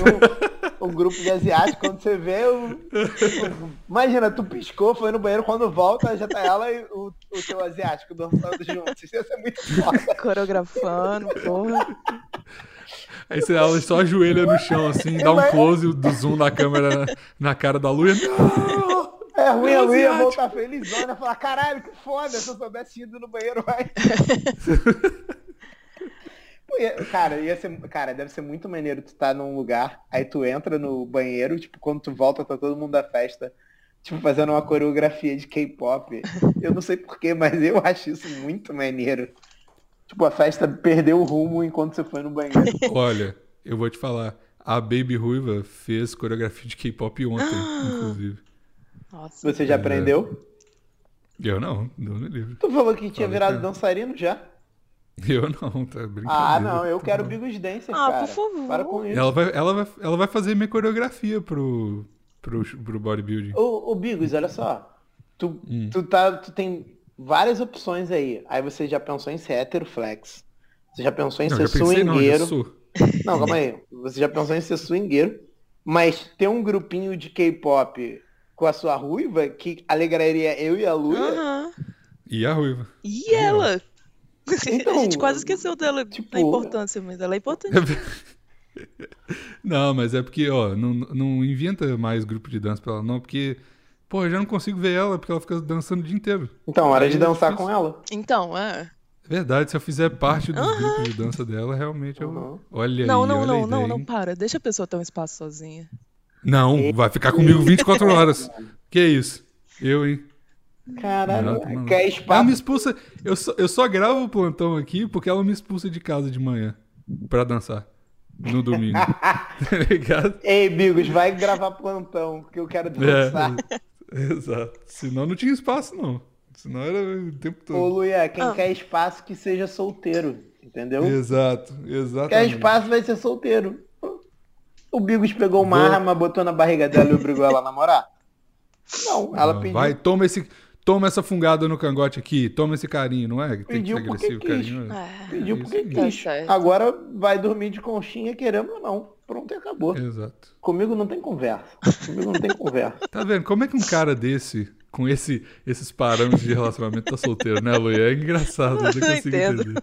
[SPEAKER 1] um, um grupo de asiáticos. Quando você vê, o- o- imagina, tu piscou, foi no banheiro, quando volta, já tá ela e o, o seu asiático dançando juntos. Isso ia ser muito foda.
[SPEAKER 2] Coreografando, porra.
[SPEAKER 3] Aí você ela só ajoelha no chão, assim, dá um close do zoom da câmera na, na cara da Luia. Não!
[SPEAKER 1] É ruim,
[SPEAKER 3] Meu
[SPEAKER 1] eu ia
[SPEAKER 3] asiático.
[SPEAKER 1] voltar felizona, falar, caralho, que foda, se eu soubesse ido no banheiro, vai. Pô, ia- Cara, ia ser, cara, deve ser muito maneiro tu tá num lugar, aí tu entra no banheiro, tipo, quando tu volta tá todo mundo da festa, tipo, fazendo uma coreografia de K-pop. Eu não sei porquê, mas eu acho isso muito maneiro. Tipo, a festa perdeu o rumo enquanto você foi no banheiro.
[SPEAKER 3] Olha, eu vou te falar. A Baby Ruiva fez coreografia de K-pop ontem,
[SPEAKER 1] Ah!
[SPEAKER 3] inclusive.
[SPEAKER 2] Nossa.
[SPEAKER 1] Você já
[SPEAKER 3] É.
[SPEAKER 1] aprendeu?
[SPEAKER 3] Eu não, não me livro.
[SPEAKER 1] Tu falou que tinha
[SPEAKER 3] Falei
[SPEAKER 1] virado
[SPEAKER 3] que-
[SPEAKER 1] dançarino já?
[SPEAKER 3] Eu não, tá brincando.
[SPEAKER 1] Ah, não, eu quero Bigos Dancer,
[SPEAKER 2] Ah,
[SPEAKER 1] cara.
[SPEAKER 2] por favor.
[SPEAKER 1] Para com isso.
[SPEAKER 3] Ela vai, ela, vai, ela vai fazer minha coreografia pro, pro, pro bodybuilding.
[SPEAKER 1] Ô, ô Bigos, olha só. Tu,
[SPEAKER 3] Hum.
[SPEAKER 1] tu, tá, tu tem várias opções aí. Aí você já pensou em ser heteroflex. Você já pensou em
[SPEAKER 3] não,
[SPEAKER 1] ser
[SPEAKER 3] já pensei, não,
[SPEAKER 1] swingueiro.
[SPEAKER 3] já sou.
[SPEAKER 1] Não, calma aí. Você já pensou em ser swingueiro, mas ter um grupinho de K-pop com a sua ruiva, que alegraria eu e a
[SPEAKER 3] Ah,
[SPEAKER 1] Lua.
[SPEAKER 2] Aham.
[SPEAKER 3] E a Ruiva.
[SPEAKER 2] E ela?
[SPEAKER 1] Então,
[SPEAKER 2] a gente quase esqueceu dela,
[SPEAKER 1] tipo,
[SPEAKER 2] da importância, mas ela é importante.
[SPEAKER 3] Não, mas é porque, ó, não, não inventa mais grupo de dança pra ela, não, porque, pô, eu já não consigo ver ela, porque ela fica dançando o dia inteiro.
[SPEAKER 1] Então, hora de
[SPEAKER 3] Aí é
[SPEAKER 1] dançar
[SPEAKER 3] difícil.
[SPEAKER 1] com ela.
[SPEAKER 2] Então, é.
[SPEAKER 3] Verdade, se eu fizer parte dos grupos de dança dela, realmente eu.
[SPEAKER 1] Uhum.
[SPEAKER 3] Olha
[SPEAKER 2] Não,
[SPEAKER 3] aí,
[SPEAKER 2] não,
[SPEAKER 3] olha a
[SPEAKER 2] não,
[SPEAKER 3] ideia,
[SPEAKER 2] não, não,
[SPEAKER 3] hein?
[SPEAKER 2] para. Deixa a pessoa ter um espaço sozinha.
[SPEAKER 3] Não, vai ficar comigo 24 horas. Que isso? Eu, hein?
[SPEAKER 1] Caralho,
[SPEAKER 3] Melhor que não.
[SPEAKER 1] quer
[SPEAKER 3] Ela me
[SPEAKER 1] espaço.
[SPEAKER 3] expulsa. Eu só, eu só gravo o plantão aqui porque ela me expulsa de casa de manhã pra dançar. No domingo. tá ligado?
[SPEAKER 1] Ei, Bigos, vai gravar plantão, que eu quero dançar.
[SPEAKER 3] É, exato. Senão não tinha espaço, não. Senão era o tempo todo.
[SPEAKER 1] Ô, Luia, quem
[SPEAKER 2] Ah.
[SPEAKER 1] quer espaço que seja solteiro, entendeu?
[SPEAKER 3] Exato,
[SPEAKER 1] Quer
[SPEAKER 3] exatamente.
[SPEAKER 1] é espaço vai ser solteiro. O Bigos pegou uma
[SPEAKER 3] Vou-
[SPEAKER 1] arma, botou na barriga dela e obrigou ela a namorar? Não, ela
[SPEAKER 3] Não,
[SPEAKER 1] pediu,
[SPEAKER 3] Vai, toma esse. Toma essa fungada no cangote aqui, toma esse carinho, não é? Tem que ser
[SPEAKER 1] Pediu porque
[SPEAKER 3] agressivo,
[SPEAKER 1] quis.
[SPEAKER 3] carinho. é.
[SPEAKER 2] Ah,
[SPEAKER 1] pediu
[SPEAKER 3] isso
[SPEAKER 1] porque
[SPEAKER 3] aí.
[SPEAKER 2] tá
[SPEAKER 1] quis.
[SPEAKER 2] certo.
[SPEAKER 1] Agora vai dormir de conchinha, querendo ou não. Pronto, e acabou.
[SPEAKER 3] É. Exato.
[SPEAKER 1] Comigo não tem conversa. Comigo não tem conversa.
[SPEAKER 3] Tá vendo? Como é que um cara desse, com esse, esses parâmetros de relacionamento, tá solteiro, né, Luia? É engraçado, eu não
[SPEAKER 2] Eu
[SPEAKER 3] consigo
[SPEAKER 2] entendo.
[SPEAKER 3] entender.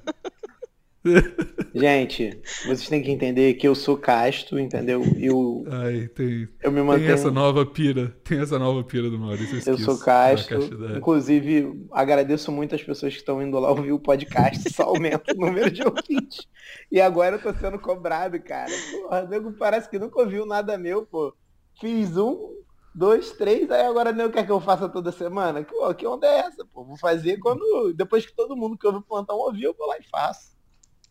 [SPEAKER 1] Gente, vocês têm que entender que eu sou casto, entendeu? Eu,
[SPEAKER 3] Ai, tem,
[SPEAKER 1] eu me
[SPEAKER 3] Tem
[SPEAKER 1] mantenho...
[SPEAKER 3] essa nova pira, tem essa nova pira do Maurício.
[SPEAKER 1] Eu
[SPEAKER 3] esqueço
[SPEAKER 1] sou
[SPEAKER 3] da
[SPEAKER 1] Castro.
[SPEAKER 3] castidade.
[SPEAKER 1] Inclusive, agradeço muito as pessoas que estão indo lá ouvir o podcast. Só aumenta o número de ouvintes. E agora eu tô sendo cobrado, cara. Porra, nego parece que nunca ouviu nada meu, pô. Fiz um, dois, três, aí agora nego quer que eu faça toda semana? Que, ó, que onda é essa, pô? Vou fazer quando. Depois que todo mundo que ouve o plantão ouviu, eu vou lá e faço.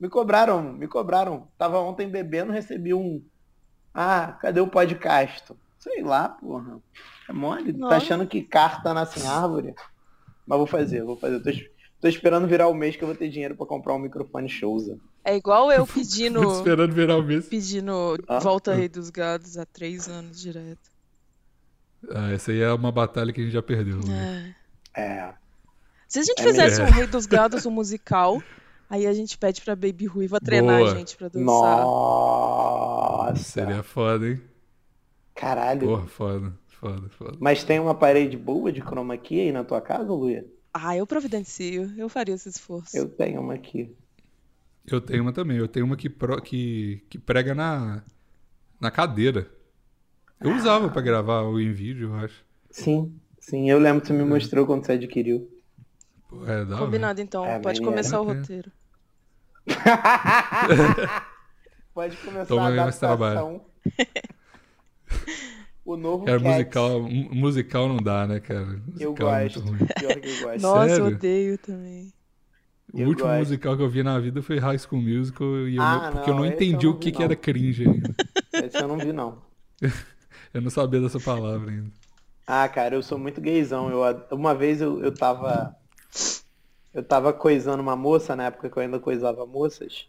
[SPEAKER 1] Me cobraram, me cobraram. Tava ontem bebendo, recebi um. Ah, cadê o podcast? Sei lá, porra. É mole? Tá
[SPEAKER 2] Nossa.
[SPEAKER 1] achando que carta nasce em árvore? Mas vou fazer, vou fazer. Tô, es- tô esperando virar o mês que eu vou ter dinheiro pra comprar um microfone Showza.
[SPEAKER 2] É igual eu
[SPEAKER 3] Tô
[SPEAKER 2] pedindo,
[SPEAKER 3] esperando virar o mês.
[SPEAKER 2] pedindo
[SPEAKER 1] Ah.
[SPEAKER 2] Volta Rei dos Gados há três anos direto.
[SPEAKER 3] Ah, essa aí é uma batalha que a gente já perdeu. né?
[SPEAKER 2] É.
[SPEAKER 1] É.
[SPEAKER 2] Se a gente
[SPEAKER 1] É
[SPEAKER 2] fizesse
[SPEAKER 3] melhor.
[SPEAKER 2] um Rei dos Gados, um musical, aí a gente pede pra Baby Ruiva treinar
[SPEAKER 3] Boa.
[SPEAKER 2] a gente pra dançar.
[SPEAKER 1] Nossa.
[SPEAKER 3] Seria foda, hein?
[SPEAKER 1] Caralho.
[SPEAKER 3] Porra, foda, foda, foda.
[SPEAKER 1] Mas tem uma parede boa de chroma key aí na tua casa, Luia?
[SPEAKER 2] Ah, eu providencio, eu faria esse esforço.
[SPEAKER 1] Eu tenho uma aqui.
[SPEAKER 3] Eu tenho uma também, eu tenho uma que, pro- que, que prega na, na cadeira. Eu
[SPEAKER 1] Ah.
[SPEAKER 3] usava pra gravar o em vídeo, eu acho.
[SPEAKER 1] Sim, sim. Eu lembro que tu me mostrou quando você adquiriu.
[SPEAKER 3] Pô, é da hora.
[SPEAKER 2] Combinado então,
[SPEAKER 1] É,
[SPEAKER 2] pode
[SPEAKER 1] bem,
[SPEAKER 2] começar
[SPEAKER 3] é.
[SPEAKER 2] o roteiro.
[SPEAKER 1] Pode começar
[SPEAKER 3] Toma
[SPEAKER 1] a
[SPEAKER 3] aí mais
[SPEAKER 1] adaptação. o novo
[SPEAKER 3] Cara,
[SPEAKER 1] Cats.
[SPEAKER 3] musical, mu- musical não dá, né, cara? Musical
[SPEAKER 1] Eu
[SPEAKER 3] é muito
[SPEAKER 1] gosto.
[SPEAKER 3] ruim.
[SPEAKER 1] Pior que eu gosto.
[SPEAKER 2] Nossa,
[SPEAKER 3] Sério?
[SPEAKER 2] eu odeio também.
[SPEAKER 3] O
[SPEAKER 1] Eu
[SPEAKER 3] último
[SPEAKER 1] gosto.
[SPEAKER 3] musical que eu vi na vida foi High School Musical, e eu
[SPEAKER 1] Ah,
[SPEAKER 3] não- porque eu
[SPEAKER 1] não,
[SPEAKER 3] não
[SPEAKER 1] esse eu
[SPEAKER 3] entendi
[SPEAKER 1] não
[SPEAKER 3] o
[SPEAKER 1] vi,
[SPEAKER 3] que, que
[SPEAKER 1] não.
[SPEAKER 3] era cringe ainda.
[SPEAKER 1] Esse eu não vi, não.
[SPEAKER 3] Eu não sabia dessa palavra ainda.
[SPEAKER 1] Ah, cara, eu sou muito gaysão. Eu, ad- uma vez eu, eu tava. Eu tava coisando uma moça na época que eu ainda coisava moças.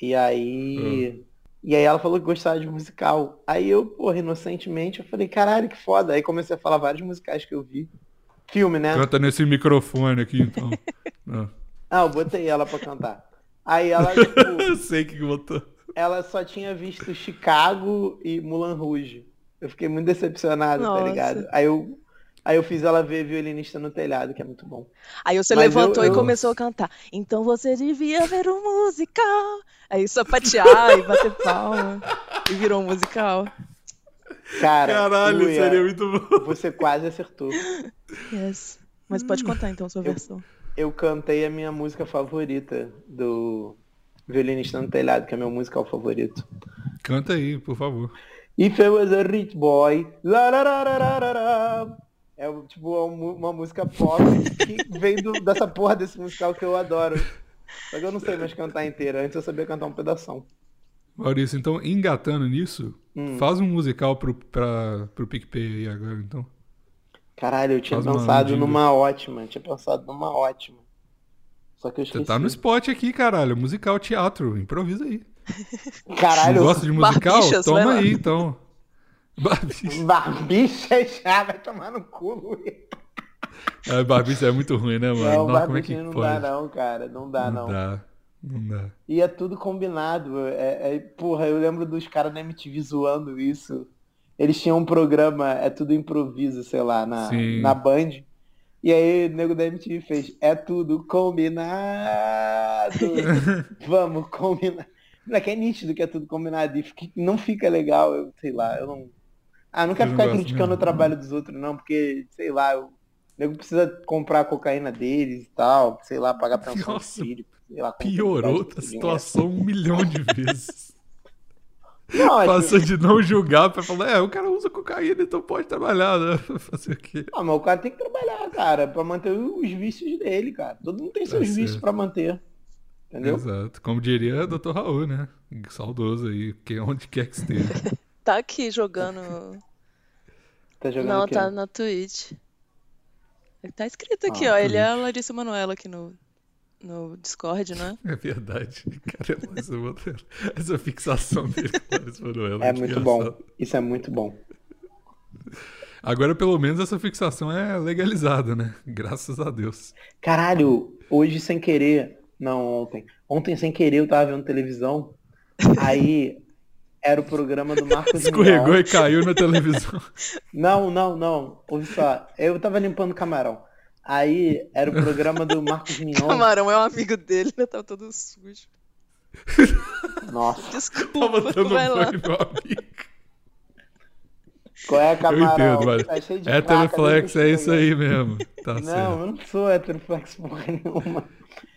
[SPEAKER 1] E aí.
[SPEAKER 3] Ah.
[SPEAKER 1] E aí ela falou que gostava de musical. Aí eu, porra, inocentemente, eu falei, caralho, que foda. Aí comecei a falar vários musicais que eu vi. Filme, né?
[SPEAKER 3] Canta nesse microfone aqui, então. Não.
[SPEAKER 1] Ah, eu botei ela pra cantar. Aí ela, tipo,
[SPEAKER 3] Eu sei que botou.
[SPEAKER 1] ela só tinha visto Chicago e Mulan Rouge. Eu fiquei muito decepcionado,
[SPEAKER 2] Nossa.
[SPEAKER 1] tá ligado? Aí eu, aí eu fiz ela ver Violinista no Telhado, que é muito bom.
[SPEAKER 2] Aí você
[SPEAKER 1] Mas
[SPEAKER 2] levantou
[SPEAKER 1] eu- eu-
[SPEAKER 2] e começou a cantar. Então você devia ver um musical. Aí sapatear e bater palma. E virou um musical.
[SPEAKER 1] Cara,
[SPEAKER 3] Caralho,
[SPEAKER 1] Luia,
[SPEAKER 3] seria muito bom.
[SPEAKER 1] Você quase acertou.
[SPEAKER 2] Yes. Mas pode contar então sua versão.
[SPEAKER 1] Eu cantei a minha música favorita do Violinista no Telhado, que é meu musical favorito.
[SPEAKER 3] Canta aí, por favor.
[SPEAKER 1] If I was a rich boy. la, la, la, la, la, la, la. É tipo uma mu- uma música pop que vem do- dessa porra desse musical que eu adoro. Só que eu não sei mais cantar inteira. Antes eu sabia cantar um pedação.
[SPEAKER 3] Maurício, então, engatando nisso,
[SPEAKER 1] Hum.
[SPEAKER 3] faz um musical pro, pra, pro PicPay aí agora, então.
[SPEAKER 1] Caralho, eu tinha
[SPEAKER 3] Faz uma
[SPEAKER 1] pensado
[SPEAKER 3] mandinga.
[SPEAKER 1] numa ótima. Eu tinha pensado numa ótima. Só que eu
[SPEAKER 3] Você
[SPEAKER 1] esqueci.
[SPEAKER 3] tá no spot aqui, caralho. Musical, teatro, improvisa aí.
[SPEAKER 1] Caralho,
[SPEAKER 3] Não gosta de musical?
[SPEAKER 2] Barbichas, vai
[SPEAKER 3] Toma
[SPEAKER 2] lá.
[SPEAKER 3] aí, então. Barbicha.
[SPEAKER 1] barbicha já vai tomar no cu, Luiz.
[SPEAKER 3] Ah, Barbicha é muito ruim, né, mano?
[SPEAKER 1] Não,
[SPEAKER 3] Nossa, como é que
[SPEAKER 1] barbicha não
[SPEAKER 3] pode?
[SPEAKER 1] dá não, cara. Não dá não.
[SPEAKER 3] não dá. Não dá.
[SPEAKER 1] E é tudo combinado. É, é- porra, eu lembro dos caras na MTV zoando isso. Eles tinham um programa, é tudo improviso, sei lá, na,
[SPEAKER 3] Sim.
[SPEAKER 1] na Band. E aí o nego da MTV fez, é tudo combinado. Vamos combinar. Moleque, é nítido que é tudo combinado. E fica- não fica legal, eu sei lá, eu não. Ah, não quero
[SPEAKER 3] Eu não
[SPEAKER 1] ficar
[SPEAKER 3] gosto
[SPEAKER 1] criticando
[SPEAKER 3] mesmo.
[SPEAKER 1] o trabalho dos outros, não, porque, sei lá, eu- o nego precisa comprar a cocaína deles e tal, sei lá, pagar um pensão
[SPEAKER 3] Nossa,
[SPEAKER 1] do filho, sei lá. como que
[SPEAKER 3] Piorou
[SPEAKER 1] gasta
[SPEAKER 3] a
[SPEAKER 1] esse dinheiro.
[SPEAKER 3] situação um milhão de vezes.
[SPEAKER 1] Não, é que-
[SPEAKER 3] Passou de não julgar pra falar, é, o cara usa cocaína, então pode trabalhar, né? Fazer o quê?
[SPEAKER 1] Ah, mas o cara tem que trabalhar, cara, pra manter os vícios dele, cara. Todo mundo tem seus
[SPEAKER 3] certo.
[SPEAKER 1] vícios pra manter. Entendeu?
[SPEAKER 3] é. Exato. Como diria o Dr. Raul, né? Saudoso aí, que onde quer que esteja.
[SPEAKER 2] Tá aqui jogando.
[SPEAKER 1] Tá jogando
[SPEAKER 2] Não,
[SPEAKER 1] o quê?
[SPEAKER 2] tá na Twitch. Tá escrito aqui,
[SPEAKER 1] Ah,
[SPEAKER 2] ó. Ele é a
[SPEAKER 3] Twitch.
[SPEAKER 2] Larissa Manoela aqui no, no Discord, né?
[SPEAKER 3] É verdade. Cara, essa, essa fixação dele com Larissa Manoela
[SPEAKER 1] É muito
[SPEAKER 3] engraçado.
[SPEAKER 1] bom. Isso é muito bom.
[SPEAKER 3] Agora, pelo menos, essa fixação é legalizada, né? Graças a Deus.
[SPEAKER 1] Caralho, hoje sem querer. Não, ontem. Ontem sem querer eu tava vendo televisão. Aí era o programa do Marcos
[SPEAKER 3] Escorregou
[SPEAKER 1] Mion.
[SPEAKER 3] e caiu na televisão.
[SPEAKER 1] Não, não, não. Ouve só. Eu tava limpando camarão. Aí era o programa do Marcos Mignon.
[SPEAKER 2] Camarão é um amigo dele, né? Tá todo sujo.
[SPEAKER 1] Nossa,
[SPEAKER 3] Tava
[SPEAKER 2] Desculpa,
[SPEAKER 3] dando
[SPEAKER 2] vai lá.
[SPEAKER 3] banho, meu amigo.
[SPEAKER 1] qual é camarão?
[SPEAKER 3] entendo, mas
[SPEAKER 1] Tá cheio de
[SPEAKER 3] É
[SPEAKER 1] placa,
[SPEAKER 3] Teleflex,
[SPEAKER 1] deixa eu
[SPEAKER 3] é isso
[SPEAKER 1] ver.
[SPEAKER 3] aí mesmo. Tá
[SPEAKER 1] Não,
[SPEAKER 3] certo.
[SPEAKER 1] eu não sou heteroflex porra nenhuma.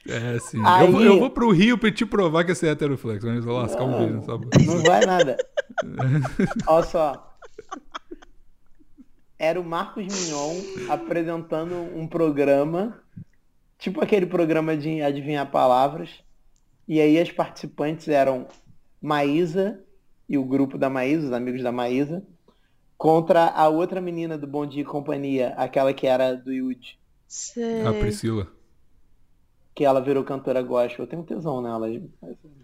[SPEAKER 3] É, sim.
[SPEAKER 1] Aí-
[SPEAKER 3] Eu, vou, eu vou pro Rio pra te provar que esse é heteroflex, mas vou lascar um beijo nessa boca.
[SPEAKER 1] Não vai nada. Olha só. Era o Marcos Mignon apresentando um programa, tipo aquele programa de adivinhar palavras. E aí as participantes eram Maísa e o grupo da Maísa, os amigos da Maísa, contra a outra menina do Bom Dia e Companhia, aquela que era do Yud,
[SPEAKER 2] Sei.
[SPEAKER 3] A Ah, Priscila.
[SPEAKER 1] que ela virou cantora gospel. Eu tenho tesão nela.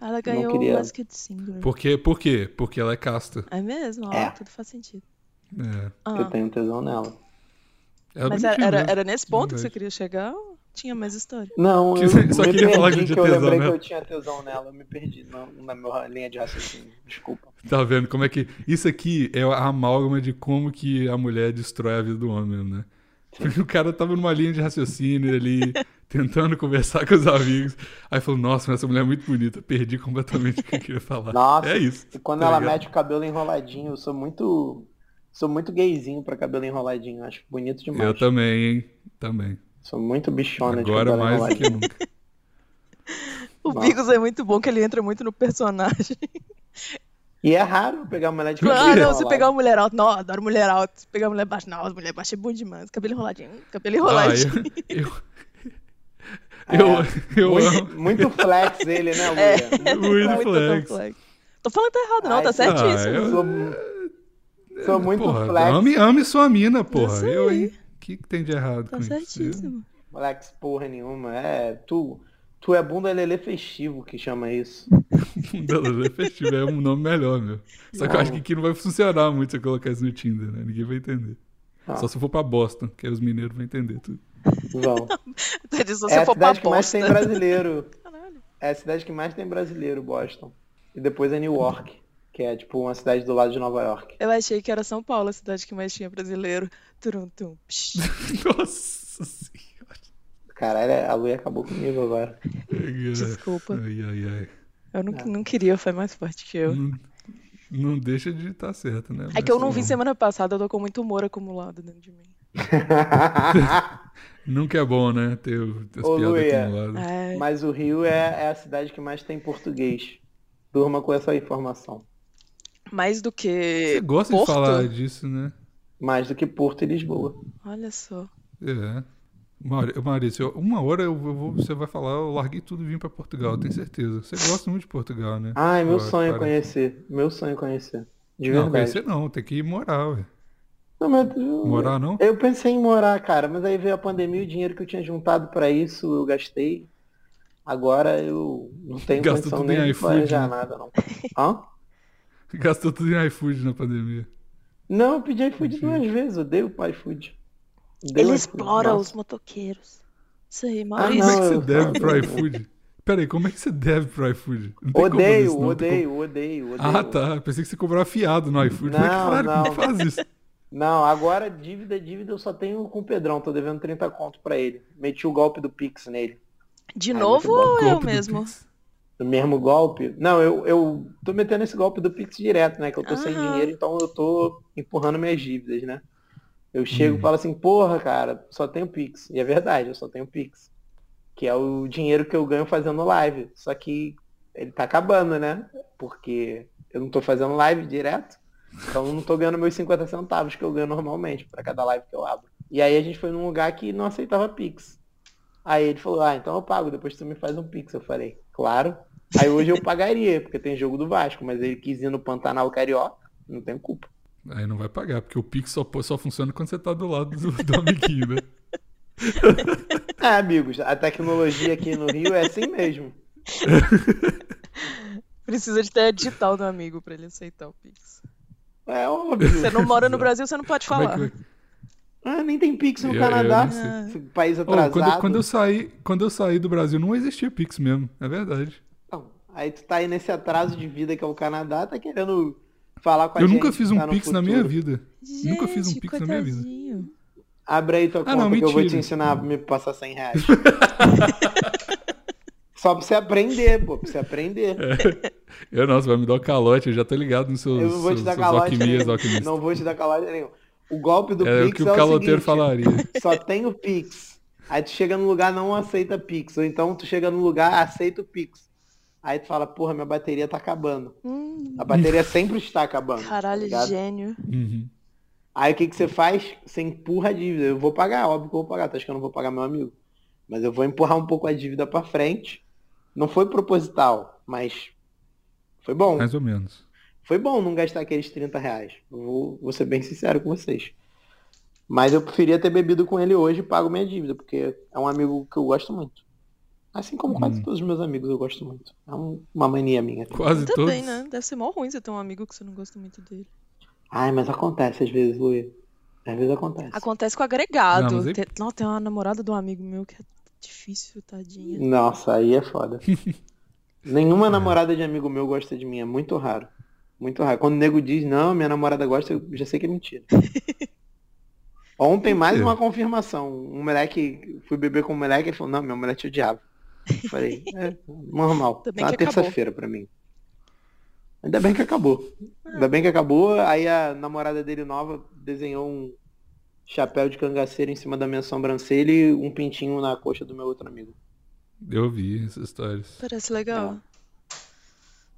[SPEAKER 2] Ela ganhou o
[SPEAKER 1] queria.
[SPEAKER 2] Masked Singer.
[SPEAKER 3] Por quê? Por quê? Porque ela é casta.
[SPEAKER 2] É mesmo? Ó,
[SPEAKER 1] É.
[SPEAKER 2] tudo faz sentido.
[SPEAKER 3] É.
[SPEAKER 1] Eu
[SPEAKER 2] Ah,
[SPEAKER 1] tenho tesão nela.
[SPEAKER 3] Ela é
[SPEAKER 2] mas era,
[SPEAKER 3] bonitinha
[SPEAKER 2] era,
[SPEAKER 3] mesmo.
[SPEAKER 2] era nesse ponto que você
[SPEAKER 3] Verdade.
[SPEAKER 2] queria chegar? ou Tinha mais história.
[SPEAKER 1] Não, eu
[SPEAKER 3] Só
[SPEAKER 1] me
[SPEAKER 3] queria
[SPEAKER 1] perdi
[SPEAKER 3] falar que eu tinha
[SPEAKER 1] que eu
[SPEAKER 3] tesão
[SPEAKER 1] lembrei
[SPEAKER 3] nela.
[SPEAKER 1] que eu tinha tesão nela, eu me perdi na, na minha linha de raciocínio, desculpa.
[SPEAKER 3] Tá vendo como é que. Isso aqui é a amálgama de como que a mulher destrói a vida do homem, mesmo, né? O cara tava numa linha de raciocínio ali, tentando conversar com os amigos. Aí falou: Nossa, mas essa mulher é muito bonita. Perdi completamente o que eu queria falar.
[SPEAKER 1] Nossa,
[SPEAKER 3] é isso.
[SPEAKER 1] E quando
[SPEAKER 3] tá
[SPEAKER 1] ela
[SPEAKER 3] ligado?
[SPEAKER 1] mete o cabelo enroladinho, eu sou muito sou muito gayzinho pra cabelo enroladinho, eu acho bonito demais.
[SPEAKER 3] Eu também, hein? Também.
[SPEAKER 1] Sou muito bichona de
[SPEAKER 3] Agora
[SPEAKER 1] cabelo
[SPEAKER 3] mais do
[SPEAKER 1] enroladinho.
[SPEAKER 3] que nunca.
[SPEAKER 2] O
[SPEAKER 1] Nossa.
[SPEAKER 2] Bigos é muito bom que ele entra muito no personagem.
[SPEAKER 1] E é raro pegar uma mulher de cabelo
[SPEAKER 2] Ah, não,
[SPEAKER 1] enrolado.
[SPEAKER 2] você pegar uma mulher alta, não, adoro mulher alta. Se pegar uma mulher baixa, não, mulher baixa é bom demais. Cabelo enroladinho, cabelo enroladinho.
[SPEAKER 3] Ah, eu. Eu, eu, eu amo.
[SPEAKER 1] É, muito, muito flex ele, né, Luia?
[SPEAKER 3] Muito
[SPEAKER 2] É Muito
[SPEAKER 3] flex. Ah, é.
[SPEAKER 2] complexo. Tô falando tá errado, não,
[SPEAKER 1] Ai,
[SPEAKER 2] tá
[SPEAKER 1] sei lá,
[SPEAKER 2] certíssimo.
[SPEAKER 3] eu-
[SPEAKER 1] Sou, sou muito
[SPEAKER 3] É, porra,
[SPEAKER 1] flex,
[SPEAKER 3] ame, ame sua mina, porra.
[SPEAKER 2] Isso
[SPEAKER 3] Eu,
[SPEAKER 2] aí.
[SPEAKER 3] hein? O que, que tem de errado
[SPEAKER 2] Tá
[SPEAKER 3] com isso?
[SPEAKER 2] certíssimo.
[SPEAKER 1] flex porra nenhuma. É, tu, tu é bunda lelê festivo que chama isso.
[SPEAKER 3] Bunda Festival é um nome melhor, meu. Só que eu acho que aqui não vai funcionar muito se eu colocar isso no Tinder, né? Ninguém vai entender.
[SPEAKER 1] Ah.
[SPEAKER 3] Só se eu for pra Boston, que aí os mineiros vão entender tudo.
[SPEAKER 1] Vão.
[SPEAKER 2] Tá dizendo, se
[SPEAKER 1] é
[SPEAKER 2] você
[SPEAKER 1] a
[SPEAKER 2] for pra
[SPEAKER 1] cidade que mais
[SPEAKER 2] bosta.
[SPEAKER 1] tem brasileiro.
[SPEAKER 2] Caralho.
[SPEAKER 1] É a cidade que mais tem brasileiro, Boston. E depois é New York, que é tipo uma cidade do lado de Nova York.
[SPEAKER 2] Eu achei que era São Paulo a cidade que mais tinha brasileiro. Turum, tum, psh.
[SPEAKER 3] Nossa senhora.
[SPEAKER 1] Caralho, a Luia acabou comigo agora.
[SPEAKER 2] Desculpa.
[SPEAKER 3] Ai, ai, ai.
[SPEAKER 2] Eu não, não queria, foi mais forte que eu.
[SPEAKER 3] Não, não deixa de estar certo, né?
[SPEAKER 2] É que eu não vi
[SPEAKER 3] Mas,
[SPEAKER 2] semana passada, eu tô com muito humor acumulado dentro de mim.
[SPEAKER 3] Nunca é bom, né? Ter o- as
[SPEAKER 1] Ô,
[SPEAKER 3] piadas
[SPEAKER 1] Luia.
[SPEAKER 3] acumuladas.
[SPEAKER 2] Ai,
[SPEAKER 1] Mas o Rio é, é a cidade que mais tem português. Durma com essa informação.
[SPEAKER 2] mais do
[SPEAKER 3] Você
[SPEAKER 2] que.
[SPEAKER 3] gosta
[SPEAKER 2] Porto?
[SPEAKER 3] de falar disso, né?
[SPEAKER 1] Mais do que Porto e Lisboa.
[SPEAKER 2] Olha só.
[SPEAKER 3] É. Mauri- Maurício, uma hora eu eu vou- você vai falar, eu larguei tudo e vim pra Portugal, eu tenho certeza. Você gosta muito de Portugal, né?
[SPEAKER 1] Ai, meu
[SPEAKER 3] Eu acho,
[SPEAKER 1] sonho é
[SPEAKER 3] parece.
[SPEAKER 1] conhecer. Meu sonho é conhecer. De
[SPEAKER 3] Não,
[SPEAKER 1] verdade.
[SPEAKER 3] conhecer não, tem que ir morar, ué.
[SPEAKER 1] Não, mas eu-
[SPEAKER 3] Morar não?
[SPEAKER 1] Eu pensei em morar, cara, mas aí veio a pandemia e o dinheiro que eu tinha juntado pra isso eu gastei. Agora eu não tenho
[SPEAKER 3] Gastou
[SPEAKER 1] condição
[SPEAKER 3] tudo
[SPEAKER 1] nem
[SPEAKER 3] em
[SPEAKER 1] de
[SPEAKER 3] iFood,
[SPEAKER 1] planejar
[SPEAKER 3] né?
[SPEAKER 1] nada, não. Hã?
[SPEAKER 3] Gastou tudo em iFood na pandemia.
[SPEAKER 1] Não, eu pedi iFood
[SPEAKER 3] Entendi.
[SPEAKER 1] duas vezes, eu dei o iFood. Dei
[SPEAKER 2] Ele
[SPEAKER 1] o iFood,
[SPEAKER 2] explora
[SPEAKER 1] nossa.
[SPEAKER 2] os motoqueiros. Isso aí,
[SPEAKER 1] Ah,
[SPEAKER 3] Como é
[SPEAKER 2] Maurício.
[SPEAKER 1] não.
[SPEAKER 3] que você
[SPEAKER 1] eu-
[SPEAKER 3] deve pro iFood? Peraí, como é que você deve pro iFood? Não tem como fazer
[SPEAKER 1] Odeio,
[SPEAKER 3] isso, não. Tem como-
[SPEAKER 1] odeio, odeio, odeio.
[SPEAKER 3] Ah, tá. Pensei que você cobrava fiado no iFood. Falei,
[SPEAKER 1] Não,
[SPEAKER 3] caralho,
[SPEAKER 1] não.
[SPEAKER 3] como faz isso?
[SPEAKER 1] Não, agora dívida, dívida eu só tenho com o Pedrão, tô devendo 30 conto pra ele. Meti o golpe do Pix nele.
[SPEAKER 2] De
[SPEAKER 1] Ah,
[SPEAKER 2] novo
[SPEAKER 1] muito bom.
[SPEAKER 2] ou
[SPEAKER 3] Golpe
[SPEAKER 2] eu
[SPEAKER 3] do
[SPEAKER 2] mesmo?
[SPEAKER 3] Pix.
[SPEAKER 1] O mesmo golpe? Não, eu, eu tô metendo esse golpe do Pix direto, né? Que eu tô sem
[SPEAKER 2] Aham.
[SPEAKER 1] dinheiro, então eu tô empurrando minhas dívidas, né? Eu chego
[SPEAKER 3] Hum.
[SPEAKER 1] e falo assim, porra, cara, só tenho Pix. E é verdade, eu só tenho Pix. Que é o dinheiro que eu ganho fazendo live. Só que ele tá acabando, né? Porque eu não tô fazendo live direto. Então eu não tô ganhando meus 50 centavos que eu ganho normalmente pra cada live que eu abro. E aí a gente foi num lugar que não aceitava Pix. Aí ele falou, ah, então eu pago, depois tu me faz um Pix. Eu falei, claro. Aí hoje eu pagaria, porque tem jogo do Vasco, mas ele quis ir no Pantanal Carioca, não tem culpa.
[SPEAKER 3] Aí não vai pagar, porque o Pix só, po- só funciona quando você tá do lado do, do amiguinho, né?
[SPEAKER 1] É, amigos, a tecnologia aqui no Rio é assim mesmo.
[SPEAKER 2] Precisa de ter a digital do amigo pra ele aceitar o Pix.
[SPEAKER 1] É óbvio.
[SPEAKER 2] Você não mora no Brasil, você não pode
[SPEAKER 3] Como é
[SPEAKER 2] falar.
[SPEAKER 3] que vai-
[SPEAKER 1] Ah, nem tem Pix no
[SPEAKER 3] Eu- eu
[SPEAKER 1] Canadá,
[SPEAKER 3] não sei.
[SPEAKER 1] esse país
[SPEAKER 3] Oh, quando-
[SPEAKER 1] atrasado.
[SPEAKER 3] quando, eu saí, quando eu saí do Brasil, não existia Pix mesmo, é verdade.
[SPEAKER 1] Não, aí tu tá aí nesse atraso de vida que é o Canadá, tá querendo falar com a
[SPEAKER 3] eu
[SPEAKER 1] gente.
[SPEAKER 3] nunca fiz um
[SPEAKER 1] tá no
[SPEAKER 3] Pix na
[SPEAKER 1] futuro.
[SPEAKER 3] minha vida.
[SPEAKER 2] Gente,
[SPEAKER 3] Nunca fiz um Pix na minha vida.
[SPEAKER 2] coitadinho.
[SPEAKER 1] Abre aí tua
[SPEAKER 3] Ah,
[SPEAKER 1] conta
[SPEAKER 3] não,
[SPEAKER 1] que eu vou te
[SPEAKER 3] mentira.
[SPEAKER 1] ensinar a me passar 100 reais. Só pra você aprender, pô, pra você aprender.
[SPEAKER 3] É, Eu, nossa, vai me dar um calote, eu já tô ligado nos seus,
[SPEAKER 1] Eu não vou te
[SPEAKER 3] seus-
[SPEAKER 1] dar
[SPEAKER 3] suas
[SPEAKER 1] calote
[SPEAKER 3] alquimias,
[SPEAKER 1] nenhum.
[SPEAKER 3] alquimistas.
[SPEAKER 1] Não vou te dar calote nenhum. O golpe do
[SPEAKER 3] É o
[SPEAKER 1] Pix
[SPEAKER 3] que o
[SPEAKER 1] é o
[SPEAKER 3] caloteiro
[SPEAKER 1] seguinte,
[SPEAKER 3] falaria.
[SPEAKER 1] só tem o Pix. Aí tu chega no lugar, não aceita Pix. Ou então tu chega no lugar, aceita o Pix. Aí tu fala, porra, minha bateria tá acabando.
[SPEAKER 2] Hum,
[SPEAKER 1] A bateria sempre está acabando. tá
[SPEAKER 2] caralho,
[SPEAKER 1] ligado?
[SPEAKER 2] gênio.
[SPEAKER 3] Uhum.
[SPEAKER 1] Aí o que, que você faz? Você empurra a dívida. Eu vou pagar, óbvio que eu vou pagar. Tu acha que eu não vou pagar meu amigo? Mas eu vou empurrar um pouco a dívida pra frente. Não foi proposital, mas foi bom.
[SPEAKER 3] Mais ou menos.
[SPEAKER 1] Foi bom não gastar aqueles 30 reais. Eu Vou, vou ser bem sincero com vocês. Mas eu preferia ter bebido com ele hoje e pago minha dívida, porque é um amigo que eu gosto muito. Assim como quase
[SPEAKER 3] Hum.
[SPEAKER 1] todos os meus amigos eu gosto muito. É um- uma mania minha.
[SPEAKER 3] Quase
[SPEAKER 2] Muito
[SPEAKER 3] todos.
[SPEAKER 2] bem, né? Deve ser mó ruim você ter um amigo que você não gosta muito dele.
[SPEAKER 1] Ai, mas acontece às vezes, Luiz. Às vezes acontece.
[SPEAKER 2] Acontece com agregado.
[SPEAKER 3] Não, mas é aí-
[SPEAKER 2] Tem... Não, tem uma namorada de um amigo meu que é difícil, tadinha.
[SPEAKER 1] Nossa, aí é foda. Nenhuma namorada de amigo meu gosta de mim, é muito raro. Muito raro. Quando o nego diz, não, minha namorada gosta, eu já sei que é mentira. Ontem mais uma confirmação. Um moleque, fui beber com um moleque, ele falou, não, minha mulher te odiava. Eu falei, é normal.
[SPEAKER 2] Ainda bem
[SPEAKER 1] Tá uma
[SPEAKER 2] que acabou.
[SPEAKER 1] terça-feira pra mim. Ainda bem que acabou. Ainda bem que acabou. Aí a namorada dele nova desenhou um chapéu de cangaceiro em cima da minha sobrancelha e um pintinho na coxa do meu outro amigo.
[SPEAKER 3] Eu vi essas histórias.
[SPEAKER 2] Parece legal.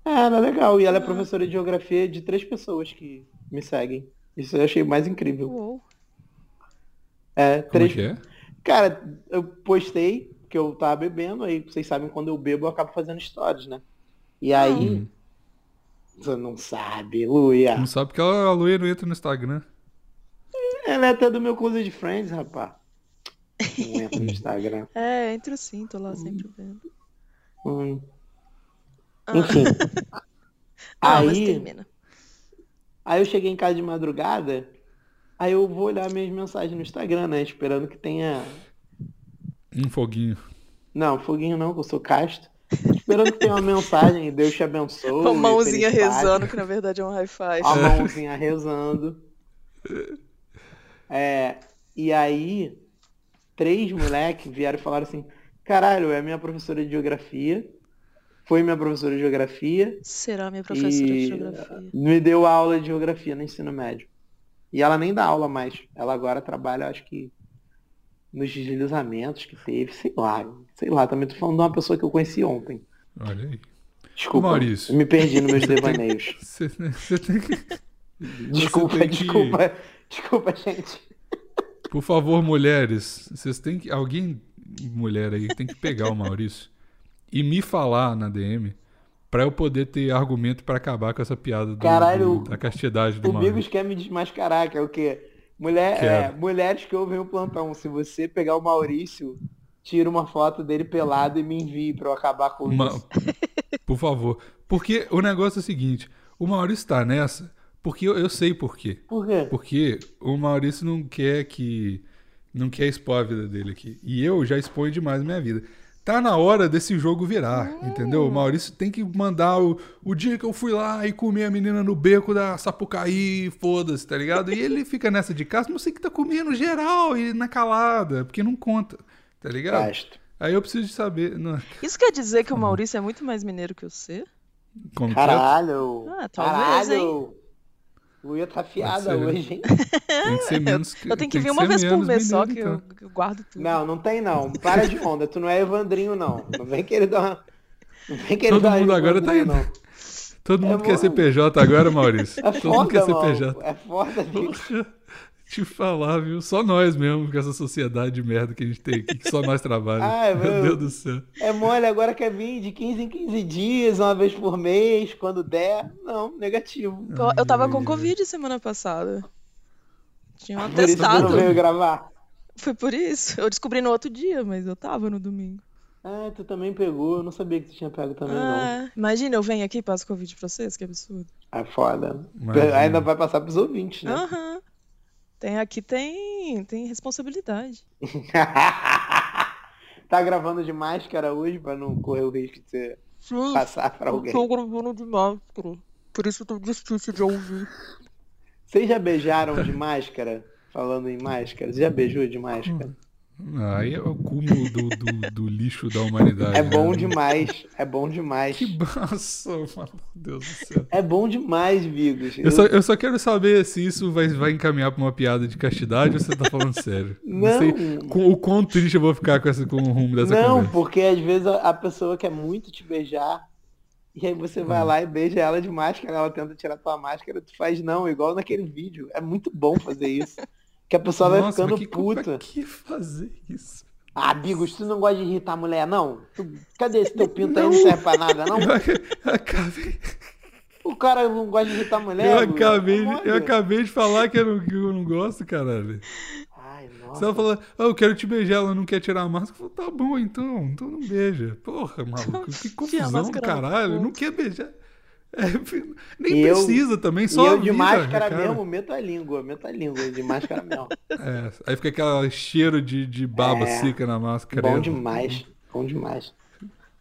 [SPEAKER 1] Ah, É, ela é legal. E ela é
[SPEAKER 2] Ah.
[SPEAKER 1] professora de geografia de três pessoas que me seguem. Isso eu achei mais incrível.
[SPEAKER 2] Uou.
[SPEAKER 1] É,
[SPEAKER 3] Como é
[SPEAKER 1] três.
[SPEAKER 3] que é?
[SPEAKER 1] Cara, eu postei que eu tava bebendo, aí vocês sabem quando eu bebo eu acabo fazendo stories, né? E aí.
[SPEAKER 3] Uhum.
[SPEAKER 1] Você não sabe, Luia.
[SPEAKER 3] Não sabe porque a Luia não entra no Instagram.
[SPEAKER 1] Ela é até do meu Closet Friends, rapaz. Não entra no Instagram.
[SPEAKER 2] É, entro sim, tô lá sempre vendo.
[SPEAKER 1] Hum.
[SPEAKER 2] Ah.
[SPEAKER 1] Enfim.
[SPEAKER 2] Ah, mas
[SPEAKER 1] aí.
[SPEAKER 2] termina.
[SPEAKER 1] Aí eu cheguei em casa de madrugada, aí eu vou olhar minhas mensagens no Instagram, né? Esperando que tenha.
[SPEAKER 3] Um foguinho.
[SPEAKER 1] Não, foguinho não, que eu sou casto. Esperando que tenha uma mensagem, Deus te abençoe.
[SPEAKER 2] Com a mãozinha
[SPEAKER 1] felicidade. Ah,
[SPEAKER 2] rezando, que na verdade é um hi-fi.
[SPEAKER 1] A mãozinha rezando. É, e aí, três moleques vieram e falaram assim, caralho, é minha professora de geografia. Foi minha professora de geografia.
[SPEAKER 2] Será minha professora de
[SPEAKER 1] E-
[SPEAKER 2] geografia?
[SPEAKER 1] me deu aula de geografia no ensino médio. E ela nem dá aula mais. Ela agora trabalha, acho que, nos deslizamentos que teve, sei lá. Sei lá, também tô falando de uma pessoa que eu conheci ontem.
[SPEAKER 3] Olha aí.
[SPEAKER 1] Desculpa,
[SPEAKER 3] Ô, Maurício.
[SPEAKER 1] me perdi nos meus devaneios.
[SPEAKER 3] Você, você tem que.
[SPEAKER 1] Desculpa,
[SPEAKER 3] tem que-
[SPEAKER 1] desculpa, desculpa, gente.
[SPEAKER 3] Por favor, mulheres, vocês têm que. Alguém, mulher aí, tem que pegar o Maurício e me falar na DM pra eu poder ter argumento pra acabar com essa piada do,
[SPEAKER 1] Caralho,
[SPEAKER 3] do- da castidade do
[SPEAKER 1] O
[SPEAKER 3] Maurício.
[SPEAKER 1] Bigos quer me desmascarar, que é o quê? Mulher, é,
[SPEAKER 3] Quero.
[SPEAKER 1] mulheres que ouvem o plantão. Se você pegar o Maurício, tira uma foto dele pelado e me envie pra eu acabar com
[SPEAKER 3] Ma-
[SPEAKER 1] isso.
[SPEAKER 3] Por favor. Porque o negócio é o seguinte: o Maurício tá nessa porque eu, eu sei por quê.
[SPEAKER 1] Por quê?
[SPEAKER 3] Porque o Maurício não quer que. Não quer expor a vida dele aqui. E eu já exponho demais a minha vida. Tá na hora desse jogo virar, entendeu? O Maurício tem que mandar o, o dia que eu fui lá e comi a menina no beco da Sapucaí, foda-se, tá ligado? E ele fica nessa de casa, não sei o que tá comendo geral e na calada, porque não conta, tá ligado?
[SPEAKER 1] Gasto.
[SPEAKER 3] Aí eu preciso de saber. Não,
[SPEAKER 2] Isso quer dizer
[SPEAKER 3] Hum.
[SPEAKER 2] que o Maurício é muito mais mineiro que você?
[SPEAKER 3] como que é?
[SPEAKER 1] Caralho.
[SPEAKER 2] Ah, talvez,
[SPEAKER 1] Caralho. Luia tá afiada
[SPEAKER 3] Pode ser.
[SPEAKER 1] hoje, hein?
[SPEAKER 3] Tem que ser menos que.
[SPEAKER 2] Eu tenho que
[SPEAKER 3] tem
[SPEAKER 2] vir uma
[SPEAKER 3] ser
[SPEAKER 2] vez por
[SPEAKER 3] menos
[SPEAKER 2] mês só,
[SPEAKER 3] mineiro,
[SPEAKER 2] que
[SPEAKER 3] então.
[SPEAKER 2] eu, que eu guardo tudo.
[SPEAKER 1] Não, não tem não. Para de onda. Tu não é Evandrinho, não. Não vem querer dar uma... Não vem querer
[SPEAKER 3] Todo
[SPEAKER 1] dar uma
[SPEAKER 3] mundo agora tá
[SPEAKER 1] Evandrinho,
[SPEAKER 3] indo. Todo
[SPEAKER 1] É
[SPEAKER 3] mundo quer ser
[SPEAKER 1] bom.
[SPEAKER 3] PJ agora, Maurício.
[SPEAKER 1] não. É
[SPEAKER 3] Todo mundo quer
[SPEAKER 1] foda,
[SPEAKER 3] ser
[SPEAKER 1] mano.
[SPEAKER 3] PJ.
[SPEAKER 1] É foda, gente.
[SPEAKER 3] Porra, te falar, viu? Só nós mesmo, com essa sociedade de merda que a gente tem aqui, que só nós trabalhamos.
[SPEAKER 1] Ai,
[SPEAKER 3] Meu
[SPEAKER 1] meu.
[SPEAKER 3] Deus do céu.
[SPEAKER 1] É mole, agora quer vir de 15 em 15 dias, uma vez por mês, quando der. Não, negativo. Então,
[SPEAKER 2] Eu- Eu tava
[SPEAKER 3] Ai,
[SPEAKER 2] com
[SPEAKER 3] ai.
[SPEAKER 2] Covid semana passada. Tinha um
[SPEAKER 1] Por isso que tu não
[SPEAKER 2] atestado.
[SPEAKER 1] veio gravar.
[SPEAKER 2] Foi por isso. Eu descobri no outro dia, mas eu tava no domingo.
[SPEAKER 1] Ah, tu também pegou. Eu não sabia que tu tinha pego também, não.
[SPEAKER 2] Ah, imagina, eu venho aqui e passo Covid pra vocês, que absurdo.
[SPEAKER 1] É foda.
[SPEAKER 3] Imagina.
[SPEAKER 1] Ainda vai passar pros ouvintes, né?
[SPEAKER 2] Aham. Tem aqui, tem, tem responsabilidade.
[SPEAKER 1] tá gravando de máscara hoje pra não correr o risco de você
[SPEAKER 2] Sim,
[SPEAKER 1] passar pra alguém.
[SPEAKER 2] gravando de máscara. Por isso eu tô difícil de ouvir.
[SPEAKER 1] Vocês já beijaram de máscara? Falando em máscara, você já beijou de
[SPEAKER 3] Hum.
[SPEAKER 1] máscara?
[SPEAKER 3] Aí é o cúmulo do, do- do lixo da humanidade.
[SPEAKER 1] É bom
[SPEAKER 3] né?
[SPEAKER 1] demais, é bom demais.
[SPEAKER 3] Que baça, mano. Meu Deus do céu.
[SPEAKER 1] É bom demais, Vigos.
[SPEAKER 3] Eu só, eu só quero saber se isso vai, vai encaminhar pra uma piada de castidade ou você tá falando sério.
[SPEAKER 1] Não.
[SPEAKER 3] sei com- o quão triste eu vou ficar com, essa, com o rumo dessa
[SPEAKER 1] Não,
[SPEAKER 3] conversa.
[SPEAKER 1] porque às vezes a, a pessoa quer muito te beijar, e aí você vai
[SPEAKER 3] Uhum.
[SPEAKER 1] lá e beija ela de máscara, ela tenta tirar tua máscara, tu faz não, igual naquele vídeo. É muito bom fazer isso. que a pessoa vai
[SPEAKER 3] Nossa,
[SPEAKER 1] ficando
[SPEAKER 3] mas que,
[SPEAKER 1] puta.
[SPEAKER 3] Pra que fazer isso?
[SPEAKER 1] Ah, Bigos, tu não gosta de irritar a mulher, não? Tu- cadê esse teu pinto aí? Não serve pra nada, não?
[SPEAKER 3] Eu ac- acabei,
[SPEAKER 1] O cara não gosta de irritar a mulher.
[SPEAKER 3] eu,
[SPEAKER 1] Lu,
[SPEAKER 3] acabei,
[SPEAKER 1] é
[SPEAKER 3] de-
[SPEAKER 1] mole.
[SPEAKER 3] eu acabei de falar que eu não, que eu não gosto, caralho.
[SPEAKER 1] Ai,
[SPEAKER 3] Se ela
[SPEAKER 1] nossa.
[SPEAKER 3] falar, ah, eu quero te beijar, ela não quer tirar a máscara, eu falo, tá bom então, então não beija. Porra, maluco, que
[SPEAKER 2] Enfia a
[SPEAKER 3] confusão do
[SPEAKER 2] máscara no
[SPEAKER 3] caralho,
[SPEAKER 2] cu.
[SPEAKER 3] não quer beijar. É, nem
[SPEAKER 1] E eu-
[SPEAKER 3] precisa também,
[SPEAKER 1] E
[SPEAKER 3] só
[SPEAKER 1] eu de
[SPEAKER 3] avisa,
[SPEAKER 1] máscara
[SPEAKER 3] cara.
[SPEAKER 1] mesmo, meto a língua, meto a língua de máscara mesmo.
[SPEAKER 3] É, aí fica aquele cheiro de, de baba
[SPEAKER 1] É.
[SPEAKER 3] seca na máscara.
[SPEAKER 1] Bom demais, bom demais.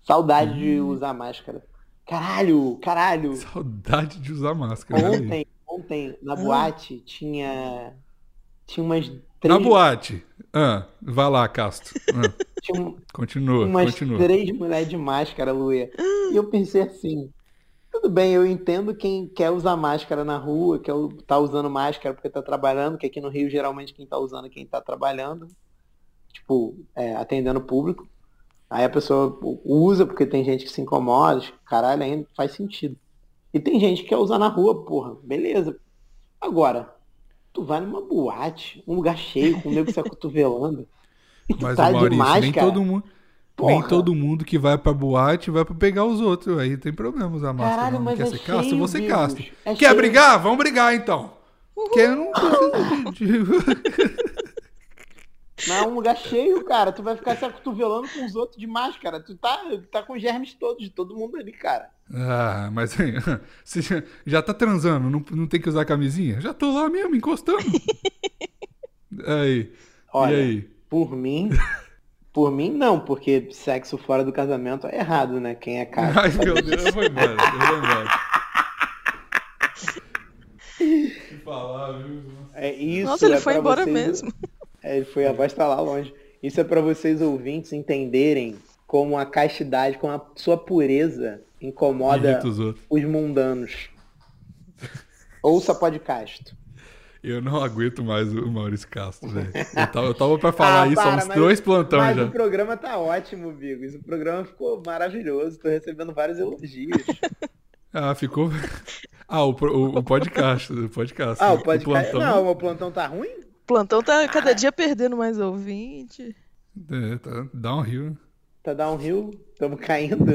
[SPEAKER 1] Saudade de
[SPEAKER 3] Hum.
[SPEAKER 1] usar máscara. Caralho, caralho.
[SPEAKER 3] Saudade de usar máscara. olha aí.
[SPEAKER 1] Ontem, ontem, na boate, tinha. Tinha umas três.
[SPEAKER 3] Ah. Na boate. Ah, vai lá, Castro. Ah,
[SPEAKER 1] Tinha um-
[SPEAKER 3] continua,
[SPEAKER 1] umas
[SPEAKER 3] continua.
[SPEAKER 1] três mulheres de máscara, Luia. E eu pensei assim, tudo bem, eu entendo quem quer usar máscara na rua, quer u- tá usando máscara porque tá trabalhando, que aqui no Rio geralmente quem tá usando é quem tá trabalhando, tipo, é, atendendo o público. Aí a pessoa u- usa porque tem gente que se incomoda, tipo, caralho, ainda faz sentido. E tem gente que quer usar na rua, porra, beleza. Agora, tu vai numa boate, um lugar cheio, com o nego se acotovelando, e tu
[SPEAKER 3] Mas,
[SPEAKER 1] tá
[SPEAKER 3] o
[SPEAKER 1] de
[SPEAKER 3] Maurício, nem
[SPEAKER 1] máscara.
[SPEAKER 3] todo mundo. Nem
[SPEAKER 1] Porra.
[SPEAKER 3] todo mundo que vai pra boate vai pra pegar os outros. Aí tem problema usar máscara.
[SPEAKER 1] Caralho,
[SPEAKER 3] não.
[SPEAKER 1] mas
[SPEAKER 3] Quer
[SPEAKER 1] é
[SPEAKER 3] ser
[SPEAKER 1] cheio,
[SPEAKER 3] castro? Você
[SPEAKER 1] Bigos.
[SPEAKER 3] castro.
[SPEAKER 1] É
[SPEAKER 3] Quer
[SPEAKER 1] cheio.
[SPEAKER 3] brigar? Vamos brigar então. Quer não gosta de- de-
[SPEAKER 1] Mas é um lugar cheio, cara. Tu vai ficar se acotovelando com os outros de máscara. Tu tá, tá com germes todos, de todo mundo ali, cara.
[SPEAKER 3] Ah, mas hein, você já- já tá transando, não, não tem que usar camisinha? Já tô lá mesmo, encostando. aí.
[SPEAKER 1] Olha,
[SPEAKER 3] e aí?
[SPEAKER 1] por mim. Por mim não, porque sexo fora do casamento é errado, né? Quem é cara.
[SPEAKER 3] Ai, meu Deus, eu vou embora. Eu vou embora. Que falar, viu?
[SPEAKER 1] É isso,
[SPEAKER 2] Nossa, ele
[SPEAKER 1] é
[SPEAKER 2] foi
[SPEAKER 1] pra
[SPEAKER 2] embora
[SPEAKER 1] vocês-
[SPEAKER 2] mesmo.
[SPEAKER 1] É, ele foi, a voz tá lá longe. Isso é pra vocês ouvintes entenderem como a castidade, como a sua pureza incomoda
[SPEAKER 3] Irrita os outros.
[SPEAKER 1] os mundanos. Ouça podcast.
[SPEAKER 3] Eu não aguento mais o Maurício Castro, velho. Eu tava, eu tava pra falar
[SPEAKER 1] Ah,
[SPEAKER 3] isso há
[SPEAKER 1] para,
[SPEAKER 3] uns
[SPEAKER 1] mas-
[SPEAKER 3] dois plantões
[SPEAKER 1] Mas
[SPEAKER 3] Então, já.
[SPEAKER 1] o programa tá ótimo, Bigos. O programa ficou maravilhoso. Tô recebendo vários elogios.
[SPEAKER 3] Ah, ficou. Ah, o, pro- o, o podcast. O podcast.
[SPEAKER 1] Ah, o podcast.
[SPEAKER 3] plantão.
[SPEAKER 1] Não, o plantão tá ruim?
[SPEAKER 2] plantão tá cada dia perdendo mais ouvinte.
[SPEAKER 3] É, tá downhill.
[SPEAKER 1] Tá downhill, tamo caindo.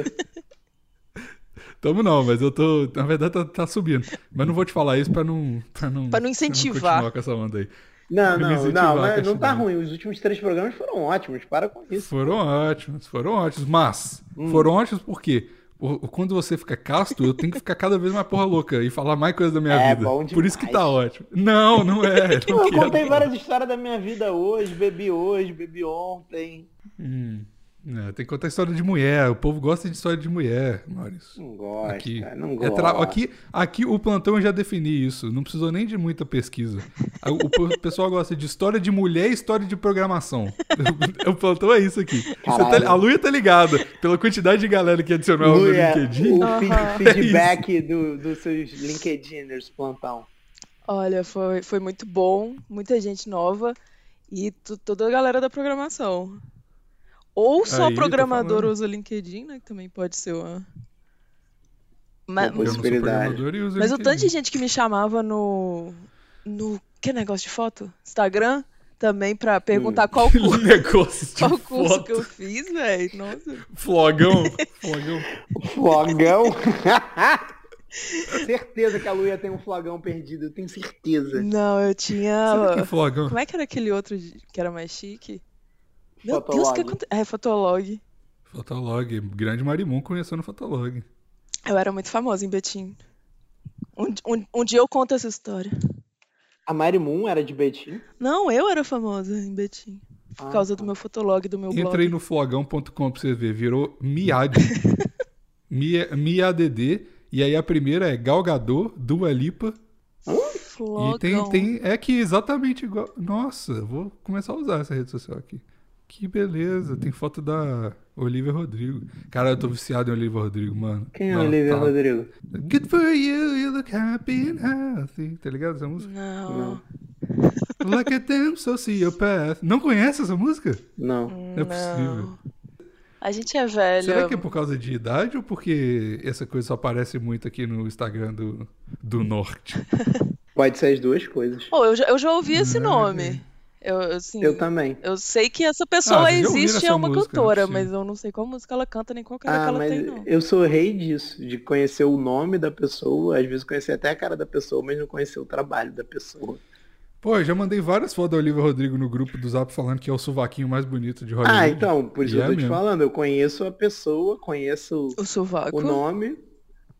[SPEAKER 3] Tamo não, mas eu tô. Na verdade, tá, tá subindo. Mas não vou te falar isso pra não. Pra não,
[SPEAKER 2] Pra não incentivar.
[SPEAKER 3] continuar com essa onda aí.
[SPEAKER 1] Não,
[SPEAKER 3] Pra me
[SPEAKER 1] não,
[SPEAKER 3] incentivar,
[SPEAKER 1] não, mas não tá
[SPEAKER 3] Castanho.
[SPEAKER 1] ruim. Os últimos três programas foram ótimos, para com isso. Hum.
[SPEAKER 3] Foram ótimos, foram ótimos. Mas, foram ótimos por quê? O- Quando você fica casto, eu tenho que ficar cada vez mais porra louca e falar mais coisa da minha
[SPEAKER 1] É,
[SPEAKER 3] vida.
[SPEAKER 1] bom
[SPEAKER 3] Por isso que
[SPEAKER 1] demais.
[SPEAKER 3] tá ótimo. Não, não é.
[SPEAKER 1] Eu
[SPEAKER 3] não quero.
[SPEAKER 1] contei várias histórias da minha vida hoje, bebi hoje, bebi ontem.
[SPEAKER 3] Hum. É, tem que contar história de mulher. O povo gosta de história de mulher, Maurício.
[SPEAKER 1] Não gosta,
[SPEAKER 3] Aqui.
[SPEAKER 1] não
[SPEAKER 3] É
[SPEAKER 1] gosta.
[SPEAKER 3] tra- aqui, aqui o plantão eu já defini isso. Não precisou nem de muita pesquisa. A- O, po- pessoal gosta de história de mulher e história de programação. O plantão é isso aqui. Você tá-
[SPEAKER 1] Caralho.
[SPEAKER 3] a Luia tá ligada pela quantidade de galera que adicionou ela no
[SPEAKER 1] Luia,
[SPEAKER 3] é
[SPEAKER 1] uh,
[SPEAKER 3] LinkedIn.
[SPEAKER 1] é
[SPEAKER 3] É
[SPEAKER 1] o fe-
[SPEAKER 2] Aham.
[SPEAKER 1] feedback do- dos seus LinkedIners, plantão.
[SPEAKER 2] Olha, foi, foi muito bom, muita gente nova e tu- toda a galera da programação. Ou só
[SPEAKER 3] Aí, tô
[SPEAKER 2] programador
[SPEAKER 3] falando.
[SPEAKER 2] usa LinkedIn, né? Que também pode ser uma.
[SPEAKER 1] Uma
[SPEAKER 2] Ma- Mas,
[SPEAKER 3] Eu não sou
[SPEAKER 1] possibilidade.
[SPEAKER 3] programador e uso
[SPEAKER 2] mas o
[SPEAKER 3] LinkedIn.
[SPEAKER 2] tanto de gente que me chamava no. no. Que negócio de foto? Instagram? Também pra perguntar qual,
[SPEAKER 3] Que
[SPEAKER 2] cu-
[SPEAKER 3] negócio de
[SPEAKER 2] qual curso
[SPEAKER 3] foto.
[SPEAKER 2] que eu fiz, velho. Nossa.
[SPEAKER 3] Flogão. Flogão.
[SPEAKER 1] Flogão? certeza que a Luia tem um flogão perdido, eu tenho certeza.
[SPEAKER 2] Não, eu tinha.
[SPEAKER 3] Sabe que flogão?
[SPEAKER 2] Como é que era aquele outro de- que era mais chique? Meu Deus, o
[SPEAKER 1] Fotolog.
[SPEAKER 2] que aconteceu? É, Fotolog.
[SPEAKER 3] Fotolog. Grande Marimon conheceu no Fotolog.
[SPEAKER 2] Eu era muito famosa em Betim. Um, di- um- um dia eu conto essa história.
[SPEAKER 1] A Mari Moon era de Betim?
[SPEAKER 2] Não, eu era famosa em Betim. Por
[SPEAKER 1] Ah,
[SPEAKER 2] causa
[SPEAKER 1] tá.
[SPEAKER 2] do meu Fotolog, do meu blog.
[SPEAKER 3] Entrei no flogão.com pra você ver. Virou miad. Mi- Miadd. E aí a primeira é Galgador, Dua Lipa.
[SPEAKER 2] Flogão.
[SPEAKER 3] E tem, tem. É que exatamente igual. Nossa, vou começar a usar essa rede social aqui. Que beleza. Tem foto da Olivia Rodrigo. Cara, eu tô viciado em Olivia Rodrigo, mano.
[SPEAKER 1] Quem é o
[SPEAKER 3] Mano,
[SPEAKER 1] Olivia
[SPEAKER 3] tá-
[SPEAKER 1] Rodrigo?
[SPEAKER 3] Good for you, you look happy and healthy. Tá ligado essa música?
[SPEAKER 2] Não.
[SPEAKER 3] Like a damn sociopath. Não conhece essa música?
[SPEAKER 1] Não.
[SPEAKER 3] Não é possível.
[SPEAKER 2] A gente é velho.
[SPEAKER 3] Será que é por causa de idade ou porque essa coisa só aparece muito aqui no Instagram do, do Norte?
[SPEAKER 1] Pode ser as duas coisas.
[SPEAKER 2] Oh, eu, já, eu já ouvi esse
[SPEAKER 3] Ah,
[SPEAKER 2] nome. Eu, eu, assim,
[SPEAKER 1] Eu também.
[SPEAKER 2] eu sei que essa pessoa
[SPEAKER 3] vocês Ah, já ouviram
[SPEAKER 2] existe, é
[SPEAKER 3] essa
[SPEAKER 2] uma
[SPEAKER 3] música, não é
[SPEAKER 2] cantora,
[SPEAKER 3] possível.
[SPEAKER 2] mas eu não sei qual música ela canta nem qual cara que
[SPEAKER 1] Ah,
[SPEAKER 2] ela
[SPEAKER 1] mas
[SPEAKER 2] tem, não.
[SPEAKER 1] eu sou rei disso, de conhecer o nome da pessoa, às vezes conhecer até a cara da pessoa, mas não conhecer o trabalho da pessoa.
[SPEAKER 3] Pô, eu já mandei várias fotos da Olivia Rodrigo no grupo do Zap falando que é o sovaquinho mais bonito de Hollywood.
[SPEAKER 1] Ah, então, por isso
[SPEAKER 3] E
[SPEAKER 1] que eu
[SPEAKER 3] é
[SPEAKER 1] tô te
[SPEAKER 3] mesmo.
[SPEAKER 1] falando, eu conheço a pessoa, conheço
[SPEAKER 2] O
[SPEAKER 1] o
[SPEAKER 2] sovaco.
[SPEAKER 1] nome,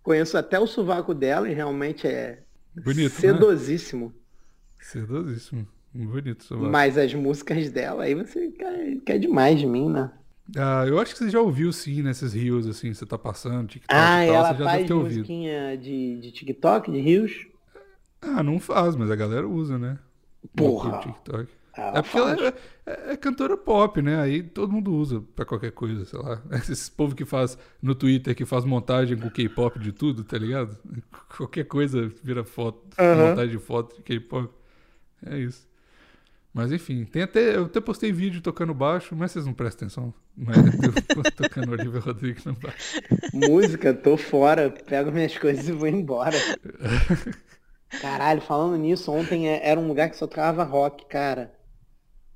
[SPEAKER 1] conheço até o sovaco dela e realmente é
[SPEAKER 3] Bonito, né?
[SPEAKER 1] sedosíssimo.
[SPEAKER 3] Sedosíssimo. Bonito, sovaco.
[SPEAKER 1] Mas as músicas dela, aí você quer, quer demais de mim, né?
[SPEAKER 3] Ah, eu acho que você já ouviu sim nesses rios, assim, você tá passando, TikTok
[SPEAKER 1] Ah,
[SPEAKER 3] e tal,
[SPEAKER 1] ela
[SPEAKER 3] você já deve
[SPEAKER 1] faz
[SPEAKER 3] ter ouvido.
[SPEAKER 1] musiquinha de, de TikTok, de rios?
[SPEAKER 3] Ah, não faz, mas a galera usa, né?
[SPEAKER 1] Porra.
[SPEAKER 3] O TikTok.
[SPEAKER 1] Ela
[SPEAKER 3] É porque
[SPEAKER 1] faz.
[SPEAKER 3] ela é, é- é cantora pop, né? Aí todo mundo usa pra qualquer coisa, sei lá. Esse povo que faz no Twitter, que faz montagem com K-pop de tudo, tá ligado? Qualquer coisa vira foto,
[SPEAKER 1] Aham.
[SPEAKER 3] montagem de foto de K-pop. É isso. Mas enfim, tem até, eu até postei vídeo tocando baixo, mas vocês não prestam atenção. Mas eu tô tocando Olivia Rodrigo no baixo.
[SPEAKER 1] Música, tô fora. Pego minhas coisas e vou embora. Caralho, falando nisso, ontem é- era um lugar que só tocava rock, cara.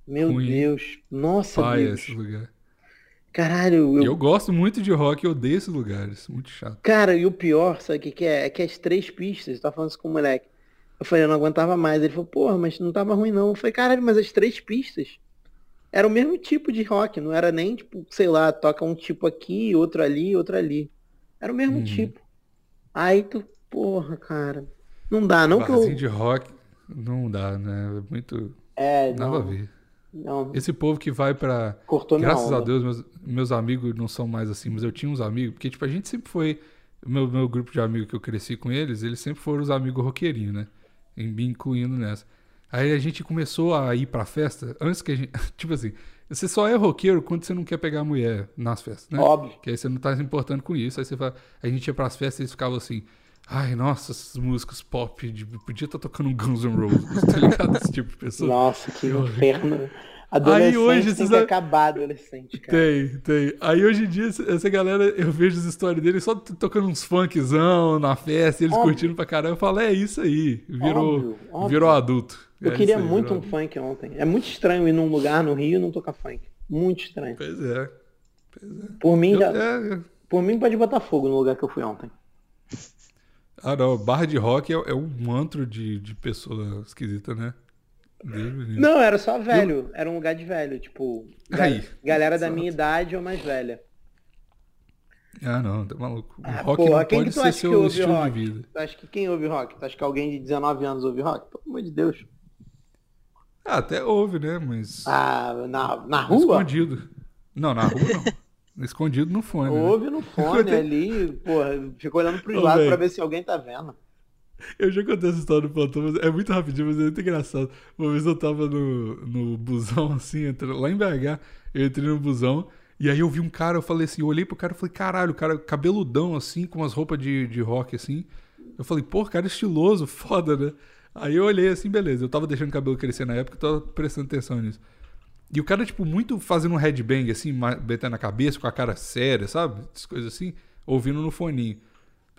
[SPEAKER 1] Meu
[SPEAKER 3] Ruim.
[SPEAKER 1] Deus. Nossa,
[SPEAKER 3] Pai,
[SPEAKER 1] Deus.
[SPEAKER 3] esse lugar.
[SPEAKER 1] Caralho, eu-
[SPEAKER 3] E eu gosto muito de rock, eu odeio esses lugares. Muito chato.
[SPEAKER 1] cara, e o pior, sabe o que, que é? É que as três pistas, eu tava falando isso com o moleque. Eu falei, eu não aguentava mais. Ele falou, porra, mas não tava ruim não. Eu falei, caralho, mas as três pistas era o mesmo tipo de rock, não era nem, tipo, sei lá, toca um tipo aqui, outro ali, outro ali. Era o mesmo
[SPEAKER 3] Uhum.
[SPEAKER 1] tipo. Aí tu, porra, cara. Não dá, não que eu.
[SPEAKER 3] Barzinho de rock não dá, né? É muito.
[SPEAKER 1] É,
[SPEAKER 3] Nada
[SPEAKER 1] não,
[SPEAKER 3] a ver.
[SPEAKER 1] não,
[SPEAKER 3] Esse povo que vai pra.
[SPEAKER 1] cortou minha
[SPEAKER 3] Graças
[SPEAKER 1] onda.
[SPEAKER 3] a Deus, meus, meus amigos não são mais assim, mas eu tinha uns amigos, porque, tipo, a gente sempre foi. Meu, meu grupo de amigos que eu cresci com eles, eles sempre foram os amigos roqueirinhos, né? Em me incluindo nessa. Aí a gente começou a ir pra festa antes que a gente. Tipo assim, você só é roqueiro quando você não quer pegar mulher nas festas, né?
[SPEAKER 1] Óbvio.
[SPEAKER 3] Que aí você não tá se importando com isso. Aí você fala, a gente ia pras festas e eles ficavam assim. Ai, nossa, essas músicas pop, de- podia estar tocando um Guns N' Roses, tá ligado? Esse tipo de pessoa.
[SPEAKER 1] Nossa, que
[SPEAKER 3] horror.
[SPEAKER 1] inferno. Adolescente
[SPEAKER 3] hoje
[SPEAKER 1] tem
[SPEAKER 3] esses
[SPEAKER 1] que
[SPEAKER 3] a-
[SPEAKER 1] acabar adolescente, cara.
[SPEAKER 3] Tem, tem. Aí hoje em dia, essa- essa galera, eu vejo as histórias deles só t- tocando uns funkzão na festa, eles
[SPEAKER 1] Óbvio.
[SPEAKER 3] curtindo pra caramba. Eu falo, é isso aí. Virou,
[SPEAKER 1] Óbvio, óbvio.
[SPEAKER 3] virou adulto. É
[SPEAKER 1] Eu queria
[SPEAKER 3] isso aí,
[SPEAKER 1] muito um
[SPEAKER 3] brother.
[SPEAKER 1] funk ontem. É muito estranho ir num lugar no Rio e não tocar funk. Muito estranho.
[SPEAKER 3] Pois é. Pois é.
[SPEAKER 1] Por mim,
[SPEAKER 3] Eu-
[SPEAKER 1] já,
[SPEAKER 3] é, é.
[SPEAKER 1] por mim pode botar fogo no lugar que eu fui ontem.
[SPEAKER 3] Ah, não. Barra de rock é, é um antro de, de pessoa esquisita, né? Deus me livre.
[SPEAKER 1] Não, era só velho. Era um lugar de velho. Tipo, ga-
[SPEAKER 3] Aí.
[SPEAKER 1] galera da
[SPEAKER 3] Exato.
[SPEAKER 1] minha idade ou mais velha.
[SPEAKER 3] Ah, não. Tá maluco. O
[SPEAKER 1] Ah,
[SPEAKER 3] rock
[SPEAKER 1] porra,
[SPEAKER 3] não
[SPEAKER 1] quem
[SPEAKER 3] pode
[SPEAKER 1] que tu
[SPEAKER 3] ser
[SPEAKER 1] acha que
[SPEAKER 3] seu
[SPEAKER 1] ouve
[SPEAKER 3] estilo
[SPEAKER 1] rock?
[SPEAKER 3] de vida.
[SPEAKER 1] Tu acha que quem ouve rock? Tu acha que alguém de 19 anos ouve rock? Pelo amor de Deus.
[SPEAKER 3] Ah, até ouve, né? Mas
[SPEAKER 1] Ah, na, na rua?
[SPEAKER 3] escondido. Não, na rua não. escondido no fone, né?
[SPEAKER 1] Ouve no fone ali, porra, fica olhando pros
[SPEAKER 3] Ô,
[SPEAKER 1] lados
[SPEAKER 3] velho.
[SPEAKER 1] pra ver se alguém tá vendo.
[SPEAKER 3] Eu já contei essa história do plantão, mas é muito rapidinho, mas é muito engraçado. Uma vez eu tava no, no busão, assim, entra- lá em BH, eu entrei no busão, e aí eu vi um cara, eu falei assim, eu olhei pro cara e falei, caralho, o cara cabeludão, assim, com umas roupas de, de rock, assim. Eu falei, pô, cara estiloso, foda, né? Aí eu olhei assim, beleza, eu tava deixando o cabelo crescer na época, eu tava prestando atenção nisso. E o cara, tipo, muito fazendo um headbang, assim, ma- metendo a cabeça, com a cara séria, sabe? Essas coisas assim, ouvindo no foninho.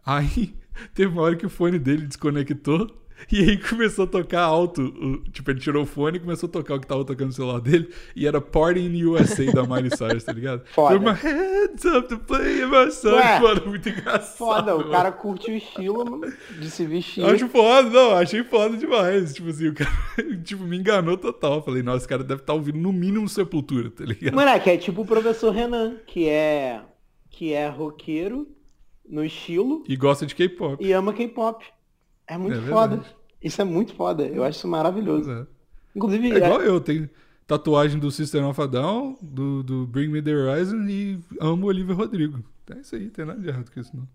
[SPEAKER 3] Aí, teve uma hora que o fone dele desconectou, e aí começou a tocar alto. o- tipo, ele tirou o fone e começou a tocar o que tava tocando no celular dele, e era Party in USA da Miley Cyrus, tá ligado?
[SPEAKER 1] Foda.
[SPEAKER 3] Foi uma heads up to play my song,
[SPEAKER 1] Ué.
[SPEAKER 3] mano, muito engraçado.
[SPEAKER 1] Foda, o
[SPEAKER 3] mano.
[SPEAKER 1] cara curte o estilo mano, de se vestir.
[SPEAKER 3] Eu acho foda, não, achei foda demais. Tipo assim, o cara tipo, me enganou total. Falei, nossa, esse cara deve estar ouvindo no mínimo Sepultura, tá ligado?
[SPEAKER 1] Moleque, é tipo o professor Renan, que é que é roqueiro no estilo
[SPEAKER 3] E gosta de K-pop.
[SPEAKER 1] e ama K-pop. É muito
[SPEAKER 3] É
[SPEAKER 1] foda.
[SPEAKER 3] verdade.
[SPEAKER 1] Isso é muito foda. Eu acho isso maravilhoso.
[SPEAKER 3] É.
[SPEAKER 1] Inclusive,
[SPEAKER 3] É igual eu, tenho tatuagem do System of a Down, do, do Bring Me The Horizon e amo o Olivia Rodrigo. É isso aí, tem nada de errado com isso não.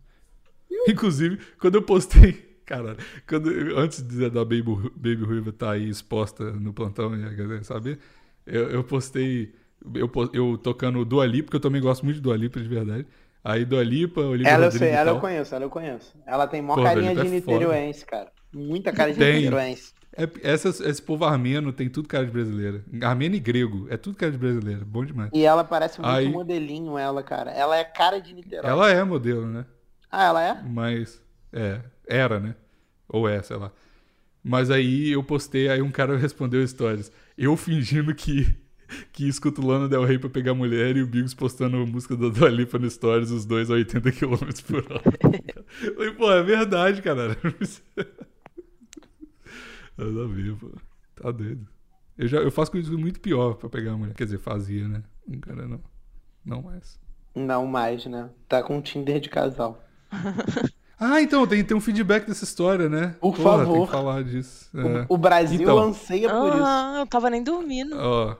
[SPEAKER 3] Inclusive, quando eu postei... Caralho, quando, antes de- da Baby, Ru- Baby Ruiva estar aí exposta no plantão e a galera saber, eu, eu postei eu, po- eu tocando Dua Lipa, porque eu também gosto muito de Dua Lipa, de verdade. Aí Dua Lipa, Olivia
[SPEAKER 1] ela eu
[SPEAKER 3] Rodrigo
[SPEAKER 1] sei,
[SPEAKER 3] e
[SPEAKER 1] ela
[SPEAKER 3] tal.
[SPEAKER 1] eu conheço, ela eu conheço. Ela tem mó
[SPEAKER 3] Pô,
[SPEAKER 1] carinha
[SPEAKER 3] velho,
[SPEAKER 1] de
[SPEAKER 3] é
[SPEAKER 1] niteroense, cara. Muita cara de
[SPEAKER 3] Tem.
[SPEAKER 1] niteroense.
[SPEAKER 3] É, essas- esse povo armeno tem tudo cara de brasileira. Armeno e grego, é tudo cara de brasileira. Bom demais.
[SPEAKER 1] E ela parece muito
[SPEAKER 3] Aí-
[SPEAKER 1] modelinho, ela, cara. Ela é cara de Niterói.
[SPEAKER 3] Ela é modelo, né?
[SPEAKER 1] Ah, ela é?
[SPEAKER 3] Mas. É, era, né? Ou é, sei lá. Mas aí eu postei, aí um cara respondeu stories. Eu fingindo que, que escuto Lana Del Rey pra pegar mulher e o Bigos postando a música da Dua Lipa no stories, os dois a 80 km por hora. Eu Falei, pô, é verdade, cara. Nada a ver, pô. Tá doido. Eu, já, eu faço coisa muito pior pra pegar a mulher. Quer dizer, fazia, né? Cara, não. Não mais.
[SPEAKER 1] Não mais, né? Tá com um Tinder de casal.
[SPEAKER 3] Ah, então, tem, tem um feedback dessa história, né?
[SPEAKER 1] Por
[SPEAKER 3] Porra, Tem
[SPEAKER 1] favor.
[SPEAKER 3] que falar disso.
[SPEAKER 1] O-
[SPEAKER 3] É.
[SPEAKER 1] O, Brasil
[SPEAKER 3] Então.
[SPEAKER 1] anseia é por isso.
[SPEAKER 2] Ah, eu tava nem dormindo.
[SPEAKER 3] Ó.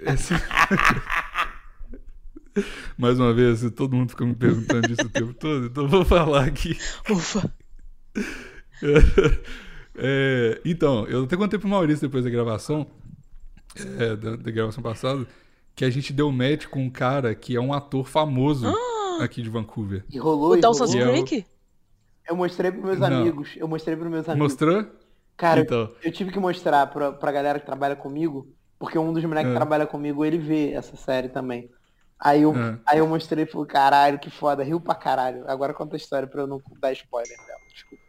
[SPEAKER 3] esse- Mais uma vez, todo mundo fica me perguntando isso o tempo todo, então eu vou falar aqui.
[SPEAKER 2] Ufa.
[SPEAKER 3] É, então, eu até contei pro Maurício depois da gravação, é, da, da gravação passada, que a gente deu match com um cara que é um ator famoso
[SPEAKER 1] Ah.
[SPEAKER 3] aqui de Vancouver.
[SPEAKER 1] E rolou,
[SPEAKER 2] O
[SPEAKER 1] e
[SPEAKER 2] Dawson's
[SPEAKER 1] rolou.
[SPEAKER 3] E eu-
[SPEAKER 2] Creek?
[SPEAKER 1] Eu mostrei pros meus
[SPEAKER 3] Não.
[SPEAKER 1] amigos. Eu mostrei pros meus amigos.
[SPEAKER 3] Mostrou?
[SPEAKER 1] Cara,
[SPEAKER 3] Então.
[SPEAKER 1] eu tive que mostrar pra, pra galera que trabalha comigo, porque um dos moleques
[SPEAKER 3] É.
[SPEAKER 1] que trabalha comigo, ele vê essa série também. Aí eu,
[SPEAKER 3] É.
[SPEAKER 1] aí eu mostrei e falei, caralho, que foda, riu pra caralho. Agora conta a história pra eu não dar spoiler dela. Desculpa.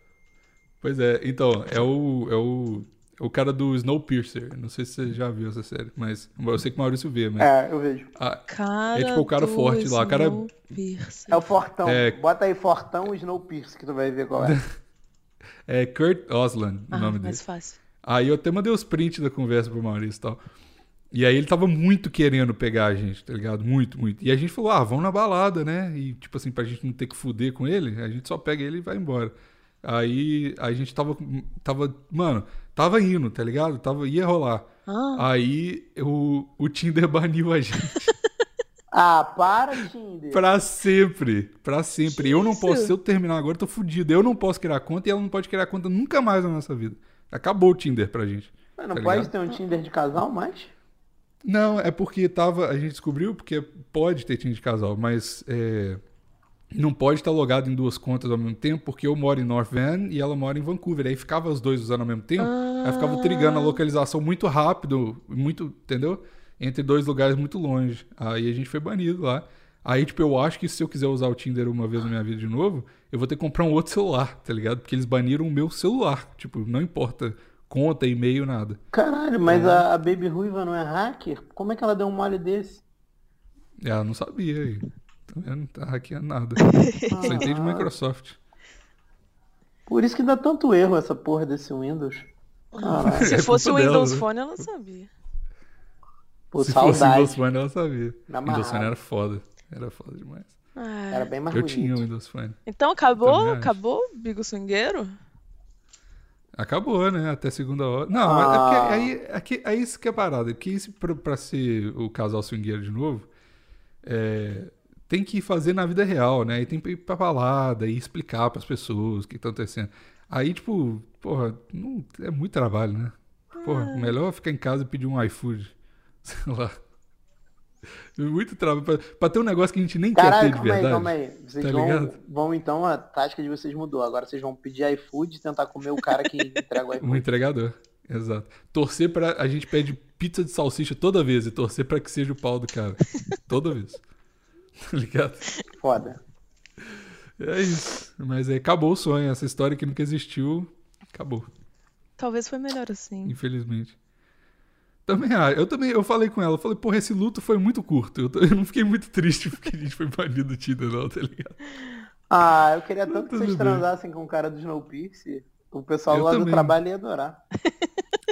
[SPEAKER 3] Pois é, então, é o, é o, é o cara do Snowpiercer. Não sei se você já viu essa série, mas eu sei que o Maurício vê, mas.
[SPEAKER 1] É, eu vejo.
[SPEAKER 3] Ah,
[SPEAKER 2] Cara
[SPEAKER 3] É tipo o cara
[SPEAKER 2] do
[SPEAKER 3] forte lá, o cara-
[SPEAKER 1] É
[SPEAKER 2] Snowpiercer.
[SPEAKER 1] o Fortão.
[SPEAKER 3] É.
[SPEAKER 1] Bota aí Fortão e Snowpiercer que tu vai ver qual é.
[SPEAKER 3] é Kurt Osland o
[SPEAKER 2] Ah,
[SPEAKER 3] nome dele.
[SPEAKER 2] mais fácil.
[SPEAKER 3] Aí eu até mandei os prints da conversa pro Maurício e tal. E aí ele tava muito querendo pegar a gente, tá ligado? Muito, muito. E a gente falou, ah, vamos na balada, né? E tipo assim, pra gente não ter que fuder com ele, a gente só pega ele e vai embora. Aí a gente tava, tava, mano, tava indo, tá ligado? Tava, ia rolar.
[SPEAKER 2] Ah,
[SPEAKER 3] Aí o, o Tinder baniu a gente.
[SPEAKER 1] Ah, para, Tinder.
[SPEAKER 3] Pra sempre. Pra sempre. eu não
[SPEAKER 2] isso?
[SPEAKER 3] posso, se eu terminar agora, eu tô fudido. Eu não posso criar conta e ela não pode criar conta nunca mais na nossa vida. Acabou o Tinder pra gente.
[SPEAKER 1] Mas não
[SPEAKER 3] tá
[SPEAKER 1] pode
[SPEAKER 3] ligado?
[SPEAKER 1] ter um Tinder de casal mais?
[SPEAKER 3] Não, é porque tava. A gente descobriu porque pode ter Tinder de casal, mas é, não pode estar logado em duas contas ao mesmo tempo, porque eu moro em North Van e ela mora em Vancouver. Aí ficava os dois usando ao mesmo tempo, aí ficava trigando a localização muito rápido, muito, entendeu? Entre dois lugares muito longe. Aí a gente foi banido lá. Aí, tipo, eu acho que se eu quiser usar o Tinder uma vez na minha vida de novo, eu vou ter que comprar um outro celular, tá ligado? Porque eles baniram o meu celular. Tipo, não importa conta, e-mail, nada.
[SPEAKER 1] Caralho, mas a, a Baby Ruiva não é hacker? Como é que ela deu um mole desse?
[SPEAKER 3] Ela É, não sabia aí. Tá vendo? Não tá hackeando nada. Só
[SPEAKER 1] Ah.
[SPEAKER 3] entende Microsoft.
[SPEAKER 1] Por isso que dá tanto erro essa porra desse Windows. Caralho.
[SPEAKER 3] É
[SPEAKER 2] Se fosse o
[SPEAKER 3] culpa dela,
[SPEAKER 2] Windows
[SPEAKER 3] né?
[SPEAKER 2] Phone, ela sabia.
[SPEAKER 1] Pô,
[SPEAKER 3] Se fosse
[SPEAKER 1] saudade.
[SPEAKER 3] Windows Phone, ela sabia.
[SPEAKER 1] Na
[SPEAKER 3] Windows Phone
[SPEAKER 1] marra.
[SPEAKER 3] era foda. Era foda demais.
[SPEAKER 2] Ah.
[SPEAKER 1] Era bem mais
[SPEAKER 3] Eu
[SPEAKER 1] bonito.
[SPEAKER 3] tinha o Windows Phone.
[SPEAKER 2] Então acabou?
[SPEAKER 3] Também acho.
[SPEAKER 2] Acabou o Bigo Swingueiro?
[SPEAKER 3] Acabou, né? Até segunda hora. Não,
[SPEAKER 1] Ah.
[SPEAKER 3] é porque aí, aqui, aí isso que é parada. Porque isso pra, pra ser o casal swingueiro de novo, é, tem que fazer na vida real, né? E tem que ir pra balada e explicar pras pessoas o que tá acontecendo. Aí, tipo, porra, não, é muito trabalho, né? Porra, melhor ficar em casa e pedir um iFood. Sei lá. Muito trabalho. Pra, pra ter um negócio que a gente nem
[SPEAKER 1] Caralho,
[SPEAKER 3] quer ter de
[SPEAKER 1] calma aí,
[SPEAKER 3] verdade.
[SPEAKER 1] calma aí. Vocês
[SPEAKER 3] tá
[SPEAKER 1] vão,
[SPEAKER 3] ligado?
[SPEAKER 1] vão, então, a tática de vocês mudou. Agora vocês vão pedir iFood e tentar comer o cara que entrega o
[SPEAKER 3] Um
[SPEAKER 1] iFood.
[SPEAKER 3] entregador. Exato. Torcer pra. A gente pede pizza de salsicha toda vez e torcer pra que seja o pau do cara. toda vez. Tá ligado?
[SPEAKER 1] Foda.
[SPEAKER 3] É isso. Mas aí acabou o sonho. Essa história que nunca existiu, acabou.
[SPEAKER 2] Talvez foi melhor assim.
[SPEAKER 3] Infelizmente. Também, ah, eu também, eu falei com ela, eu falei, porra, esse luto foi muito curto. Eu, tô- eu não fiquei muito triste porque a gente foi banido do Tinder, não, tá ligado?
[SPEAKER 1] Ah, eu queria tanto que
[SPEAKER 3] Tudo
[SPEAKER 1] vocês
[SPEAKER 3] bem.
[SPEAKER 1] transassem com o cara do Snowpiercer. O pessoal
[SPEAKER 3] Eu
[SPEAKER 1] lá do
[SPEAKER 3] também.
[SPEAKER 1] trabalho ia adorar.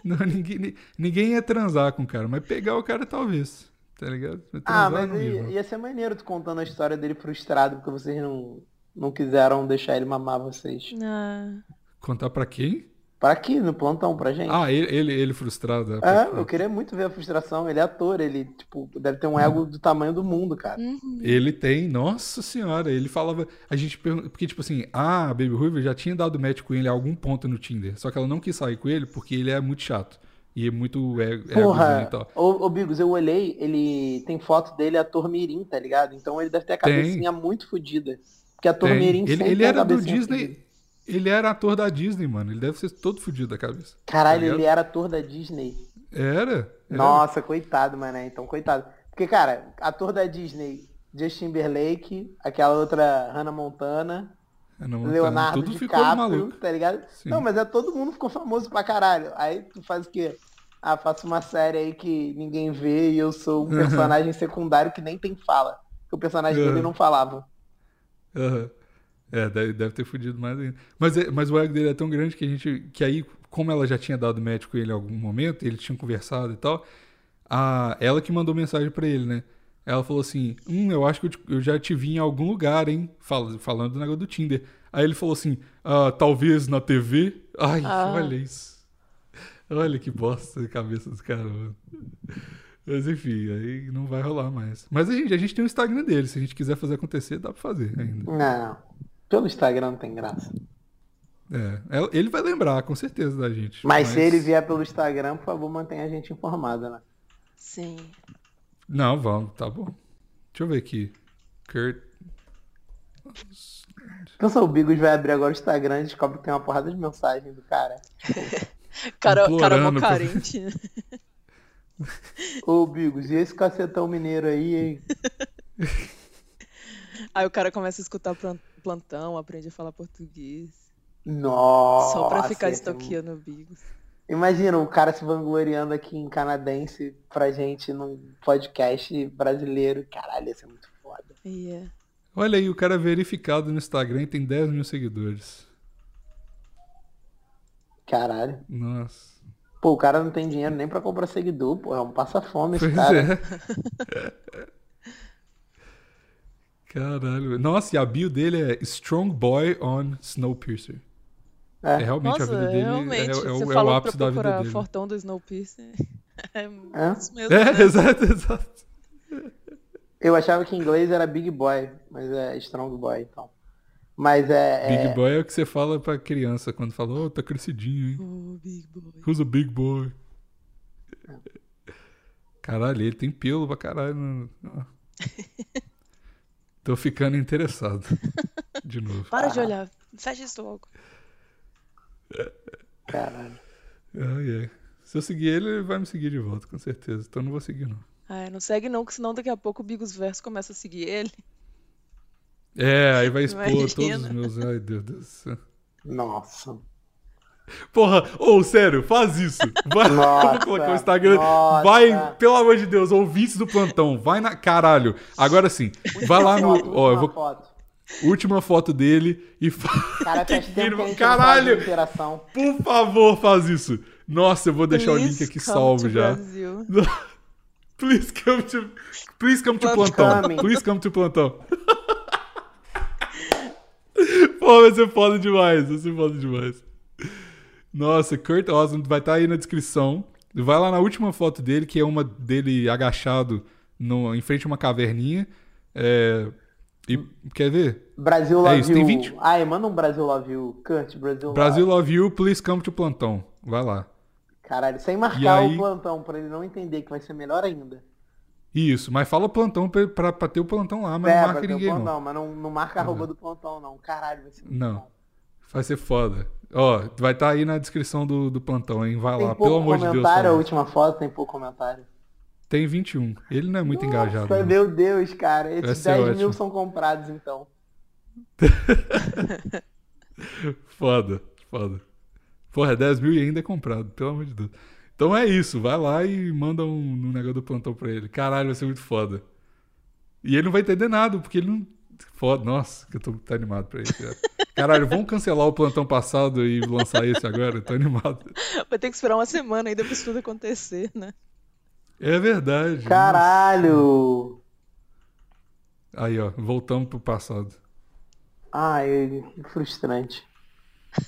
[SPEAKER 3] Não, ninguém, ni- ninguém ia transar com o cara, mas pegar o cara talvez, tá ligado? Mas
[SPEAKER 1] Ah,
[SPEAKER 3] transar
[SPEAKER 1] mas
[SPEAKER 3] não ia,
[SPEAKER 1] ia,
[SPEAKER 3] não.
[SPEAKER 1] ia ser maneiro tu contando a história dele frustrado porque vocês não, não quiseram deixar ele mamar vocês.
[SPEAKER 2] Ah,
[SPEAKER 3] Contar pra quem?
[SPEAKER 1] Pra aqui, no plantão, pra gente.
[SPEAKER 3] Ah, ele, ele, ele frustrado. é,
[SPEAKER 1] É,
[SPEAKER 3] pode falar.
[SPEAKER 1] eu queria muito ver a frustração. Ele é ator, ele, tipo, deve
[SPEAKER 3] Hum.
[SPEAKER 1] ter um ego do tamanho do mundo, cara.
[SPEAKER 2] uhum.
[SPEAKER 3] Ele tem, nossa senhora, ele falava. A gente pergunta. Porque, tipo assim, ah, a Baby Ruiva já tinha dado match com ele a algum ponto no Tinder. Só que ela não quis sair com ele porque ele é muito chato. E é então. muito ego egozinho
[SPEAKER 1] Porra, é.
[SPEAKER 3] e tal.
[SPEAKER 1] ô, ô Bigos, eu olhei, ele tem foto dele ator mirim, tá ligado? Então ele deve ter a
[SPEAKER 3] Tem.
[SPEAKER 1] cabecinha muito fodida. Porque ator
[SPEAKER 3] Tem.
[SPEAKER 1] mirim
[SPEAKER 3] Ele,
[SPEAKER 1] sempre
[SPEAKER 3] ele
[SPEAKER 1] tem a
[SPEAKER 3] era do
[SPEAKER 1] cabecinha fodida.
[SPEAKER 3] Disney. Ele era ator da Disney, mano. Ele deve ser todo fudido da cabeça.
[SPEAKER 1] Caralho,
[SPEAKER 3] tá ligado?
[SPEAKER 1] ele era ator da Disney.
[SPEAKER 3] Era? era.
[SPEAKER 1] Nossa, coitado, mané. Então, coitado. Porque, cara, ator da Disney, Justin Timberlake, aquela outra Hannah Montana,
[SPEAKER 3] Ana Montana,
[SPEAKER 1] Leonardo
[SPEAKER 3] tudo ficou
[SPEAKER 1] DiCaprio,
[SPEAKER 3] maluco.
[SPEAKER 1] tá ligado?
[SPEAKER 3] Sim.
[SPEAKER 1] Não, mas é todo mundo ficou famoso pra caralho. Aí tu faz o quê? Ah, faço uma série aí que ninguém vê e eu sou um personagem secundário que nem tem fala. Que o personagem
[SPEAKER 3] Uhum.
[SPEAKER 1] dele não falava.
[SPEAKER 3] Aham. É, deve, deve ter fudido mais ainda. Mas, é- mas o ego dele é tão grande que a gente. Que aí, como ela já tinha dado médico ele em algum momento, eles tinham conversado e tal, a, ela que mandou mensagem pra ele, né? Ela falou assim: Hum, eu acho que eu, te- eu já te vi em algum lugar, hein? Fal- falando do negócio do Tinder. Aí ele falou assim: ah, talvez na TV. Ai,
[SPEAKER 2] Ah.
[SPEAKER 3] olha isso. Olha que bosta de cabeça dos caras, mano. Mas enfim, aí não vai rolar mais. Mas a gente, a gente tem o Instagram dele. Se a gente quiser fazer acontecer, dá pra fazer ainda.
[SPEAKER 1] Não. Pelo Instagram não tem graça.
[SPEAKER 3] É, ela- ele vai lembrar, com certeza, da gente.
[SPEAKER 1] Mas, se ele vier pelo Instagram, por favor, mantenha a gente informada, né?
[SPEAKER 2] Sim.
[SPEAKER 3] Não, vamos, tá bom. Deixa eu ver aqui. Kurt.
[SPEAKER 1] Pensa, o Então, Bigos vai abrir agora o Instagram e descobre que tem uma porrada de mensagem do cara.
[SPEAKER 2] Cara, cara é mó
[SPEAKER 3] Implorando pra-
[SPEAKER 2] carente. né?
[SPEAKER 1] Ô, Bigos, e esse cacetão mineiro aí, hein?
[SPEAKER 2] Aí o cara começa a escutar plan- plantão, aprende a falar português.
[SPEAKER 1] Nossa.
[SPEAKER 2] só pra ficar
[SPEAKER 1] esse é muito-
[SPEAKER 2] estoqueando o Bigos.
[SPEAKER 1] Imagina o cara se vangloriando aqui em canadense pra gente num podcast brasileiro. Caralho, isso é muito foda.
[SPEAKER 2] Yeah.
[SPEAKER 3] Olha aí, o cara verificado no Instagram e tem 10 mil seguidores.
[SPEAKER 1] Caralho.
[SPEAKER 3] Nossa.
[SPEAKER 1] Pô, o cara não tem dinheiro nem pra comprar seguidor, pô. É um passa-fome esse
[SPEAKER 3] Pois
[SPEAKER 1] cara.
[SPEAKER 3] é. Caralho. Nossa, e a bio dele é Strong Boy on Snowpiercer.
[SPEAKER 1] É.
[SPEAKER 3] É, realmente
[SPEAKER 2] Nossa,
[SPEAKER 3] a vida dele.
[SPEAKER 2] realmente.
[SPEAKER 3] é, é
[SPEAKER 2] você
[SPEAKER 3] o, é o
[SPEAKER 2] falou
[SPEAKER 3] ápice
[SPEAKER 2] pra
[SPEAKER 3] da vida
[SPEAKER 2] procurar
[SPEAKER 3] dele.
[SPEAKER 2] Fortão do Snowpiercer. É
[SPEAKER 1] Hã?
[SPEAKER 2] isso mesmo.
[SPEAKER 3] É, exato, exato.
[SPEAKER 1] Eu achava que em inglês era Big Boy, mas é Strong Boy, então. Mas é. é-
[SPEAKER 3] Big Boy é o que você fala pra criança quando fala, ô, tá crescidinho, hein?
[SPEAKER 2] Oh, Big Boy.
[SPEAKER 3] Who's a big boy? Caralho, ele tem pelo pra caralho. mano. Ó. Tô ficando interessado. De novo.
[SPEAKER 2] Para
[SPEAKER 1] Ah.
[SPEAKER 2] de olhar. Fecha isso logo.
[SPEAKER 1] Caralho.
[SPEAKER 3] Ai, ai. Se eu seguir ele, ele vai me seguir de volta, com certeza. Então não vou seguir, não.
[SPEAKER 2] Ah, não segue não, que senão daqui a pouco o Bigos Verso começa a seguir ele.
[SPEAKER 3] É, aí vai expor
[SPEAKER 2] Imagina.
[SPEAKER 3] todos os meus. Ai, Deus do céu.
[SPEAKER 1] Nossa.
[SPEAKER 3] Porra, ou sério, faz isso. Vai, eu vou
[SPEAKER 1] Nossa,
[SPEAKER 3] colocar o Instagram.
[SPEAKER 1] nossa.
[SPEAKER 3] Vai, pelo amor de Deus, ouvintes do plantão, vai na caralho. Agora sim, vai lá no,
[SPEAKER 1] Foto, Tá.
[SPEAKER 3] ó, eu
[SPEAKER 1] uma
[SPEAKER 3] vou
[SPEAKER 1] foto.
[SPEAKER 3] última foto dele e
[SPEAKER 1] O
[SPEAKER 3] fala
[SPEAKER 1] Cara,
[SPEAKER 3] que
[SPEAKER 1] faz tempo que a gente não
[SPEAKER 3] caralho.
[SPEAKER 1] faz interação.
[SPEAKER 3] Por favor, faz isso. Nossa, eu vou deixar o link
[SPEAKER 2] Please
[SPEAKER 3] aqui
[SPEAKER 2] come
[SPEAKER 3] salvo
[SPEAKER 2] to
[SPEAKER 3] já.
[SPEAKER 2] Brasil.
[SPEAKER 3] Please come to, please come to
[SPEAKER 2] Plantão.
[SPEAKER 3] plantão.
[SPEAKER 1] Coming.
[SPEAKER 3] Please come to plantão. Pô, vai ser foda demais, vai ser foda demais. Nossa, Kurt Osmond vai estar aí na descrição. Vai lá na última foto dele, que é uma dele agachado no- em frente a uma caverninha. É, e, quer ver?
[SPEAKER 1] Brasil
[SPEAKER 3] É
[SPEAKER 1] Love
[SPEAKER 3] isso, tem
[SPEAKER 1] You.
[SPEAKER 3] 20.
[SPEAKER 1] Ai, manda um Brasil Love You. Kurt, Brasil Love
[SPEAKER 3] Brasil Love You, please come to plantão. Vai lá.
[SPEAKER 1] Caralho, sem
[SPEAKER 3] E
[SPEAKER 1] marcar
[SPEAKER 3] aí-
[SPEAKER 1] o plantão, pra ele não entender que vai ser melhor ainda.
[SPEAKER 3] Isso, mas fala plantão pra, pra, pra ter o plantão lá, mas
[SPEAKER 1] é,
[SPEAKER 3] não
[SPEAKER 1] pra
[SPEAKER 3] marca
[SPEAKER 1] ter o
[SPEAKER 3] ninguém,
[SPEAKER 1] plantão,
[SPEAKER 3] não.
[SPEAKER 1] mas não, não marca a arroba do plantão, não. Caralho, vai ser muito
[SPEAKER 3] Não.
[SPEAKER 1] bom.
[SPEAKER 3] Vai ser foda. Ó, vai estar aí na descrição do, do plantão, hein? Vai
[SPEAKER 1] Tem
[SPEAKER 3] lá,
[SPEAKER 1] pouco
[SPEAKER 3] pelo amor de
[SPEAKER 1] comentário,
[SPEAKER 3] Deus.
[SPEAKER 1] a
[SPEAKER 3] cara.
[SPEAKER 1] última foto tem pouco comentário.
[SPEAKER 3] Tem 21. Ele não é muito engajado.
[SPEAKER 1] Nossa,
[SPEAKER 3] não.
[SPEAKER 1] meu Deus, cara.
[SPEAKER 3] Vai
[SPEAKER 1] Esses
[SPEAKER 3] ser
[SPEAKER 1] 10
[SPEAKER 3] ótimo.
[SPEAKER 1] mil são comprados, então.
[SPEAKER 3] Foda, foda. Porra, 10 mil e ainda é comprado, pelo amor de Deus. Então é isso, vai lá e manda um, um negócio do plantão pra ele. Caralho, vai ser muito foda. E ele não vai entender nada, porque ele não. Foda, nossa, que eu tô, tô animado pra ele. Cara. Caralho, vamos cancelar o plantão passado e lançar esse agora? Eu tô animado.
[SPEAKER 2] Vai ter que esperar uma semana ainda pra isso tudo acontecer, né?
[SPEAKER 3] É verdade.
[SPEAKER 1] Caralho!
[SPEAKER 3] nossa. Aí, ó, voltamos pro passado.
[SPEAKER 1] Ai, que frustrante.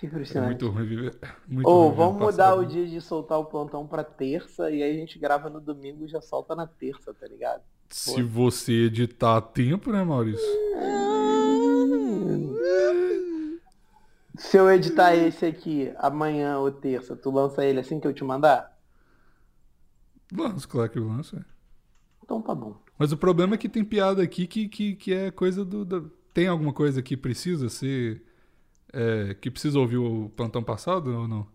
[SPEAKER 1] Que
[SPEAKER 3] É
[SPEAKER 1] frustrante.
[SPEAKER 3] muito ruim viver. Muito
[SPEAKER 1] Ou
[SPEAKER 3] ruim viver no
[SPEAKER 1] vamos mudar
[SPEAKER 3] passado.
[SPEAKER 1] o dia de soltar o plantão pra terça e aí a gente grava no domingo e já solta na terça, tá ligado?
[SPEAKER 3] Se você editar a tempo, né, Maurício?
[SPEAKER 1] Se eu editar esse aqui amanhã ou terça, tu lança ele assim que eu te mandar?
[SPEAKER 3] Lança, claro que lança.
[SPEAKER 1] Então tá bom.
[SPEAKER 3] Mas o problema é que tem piada aqui que, que, que é coisa do, da- Tem alguma coisa que precisa ser. é, que precisa ouvir o plantão passado ou não?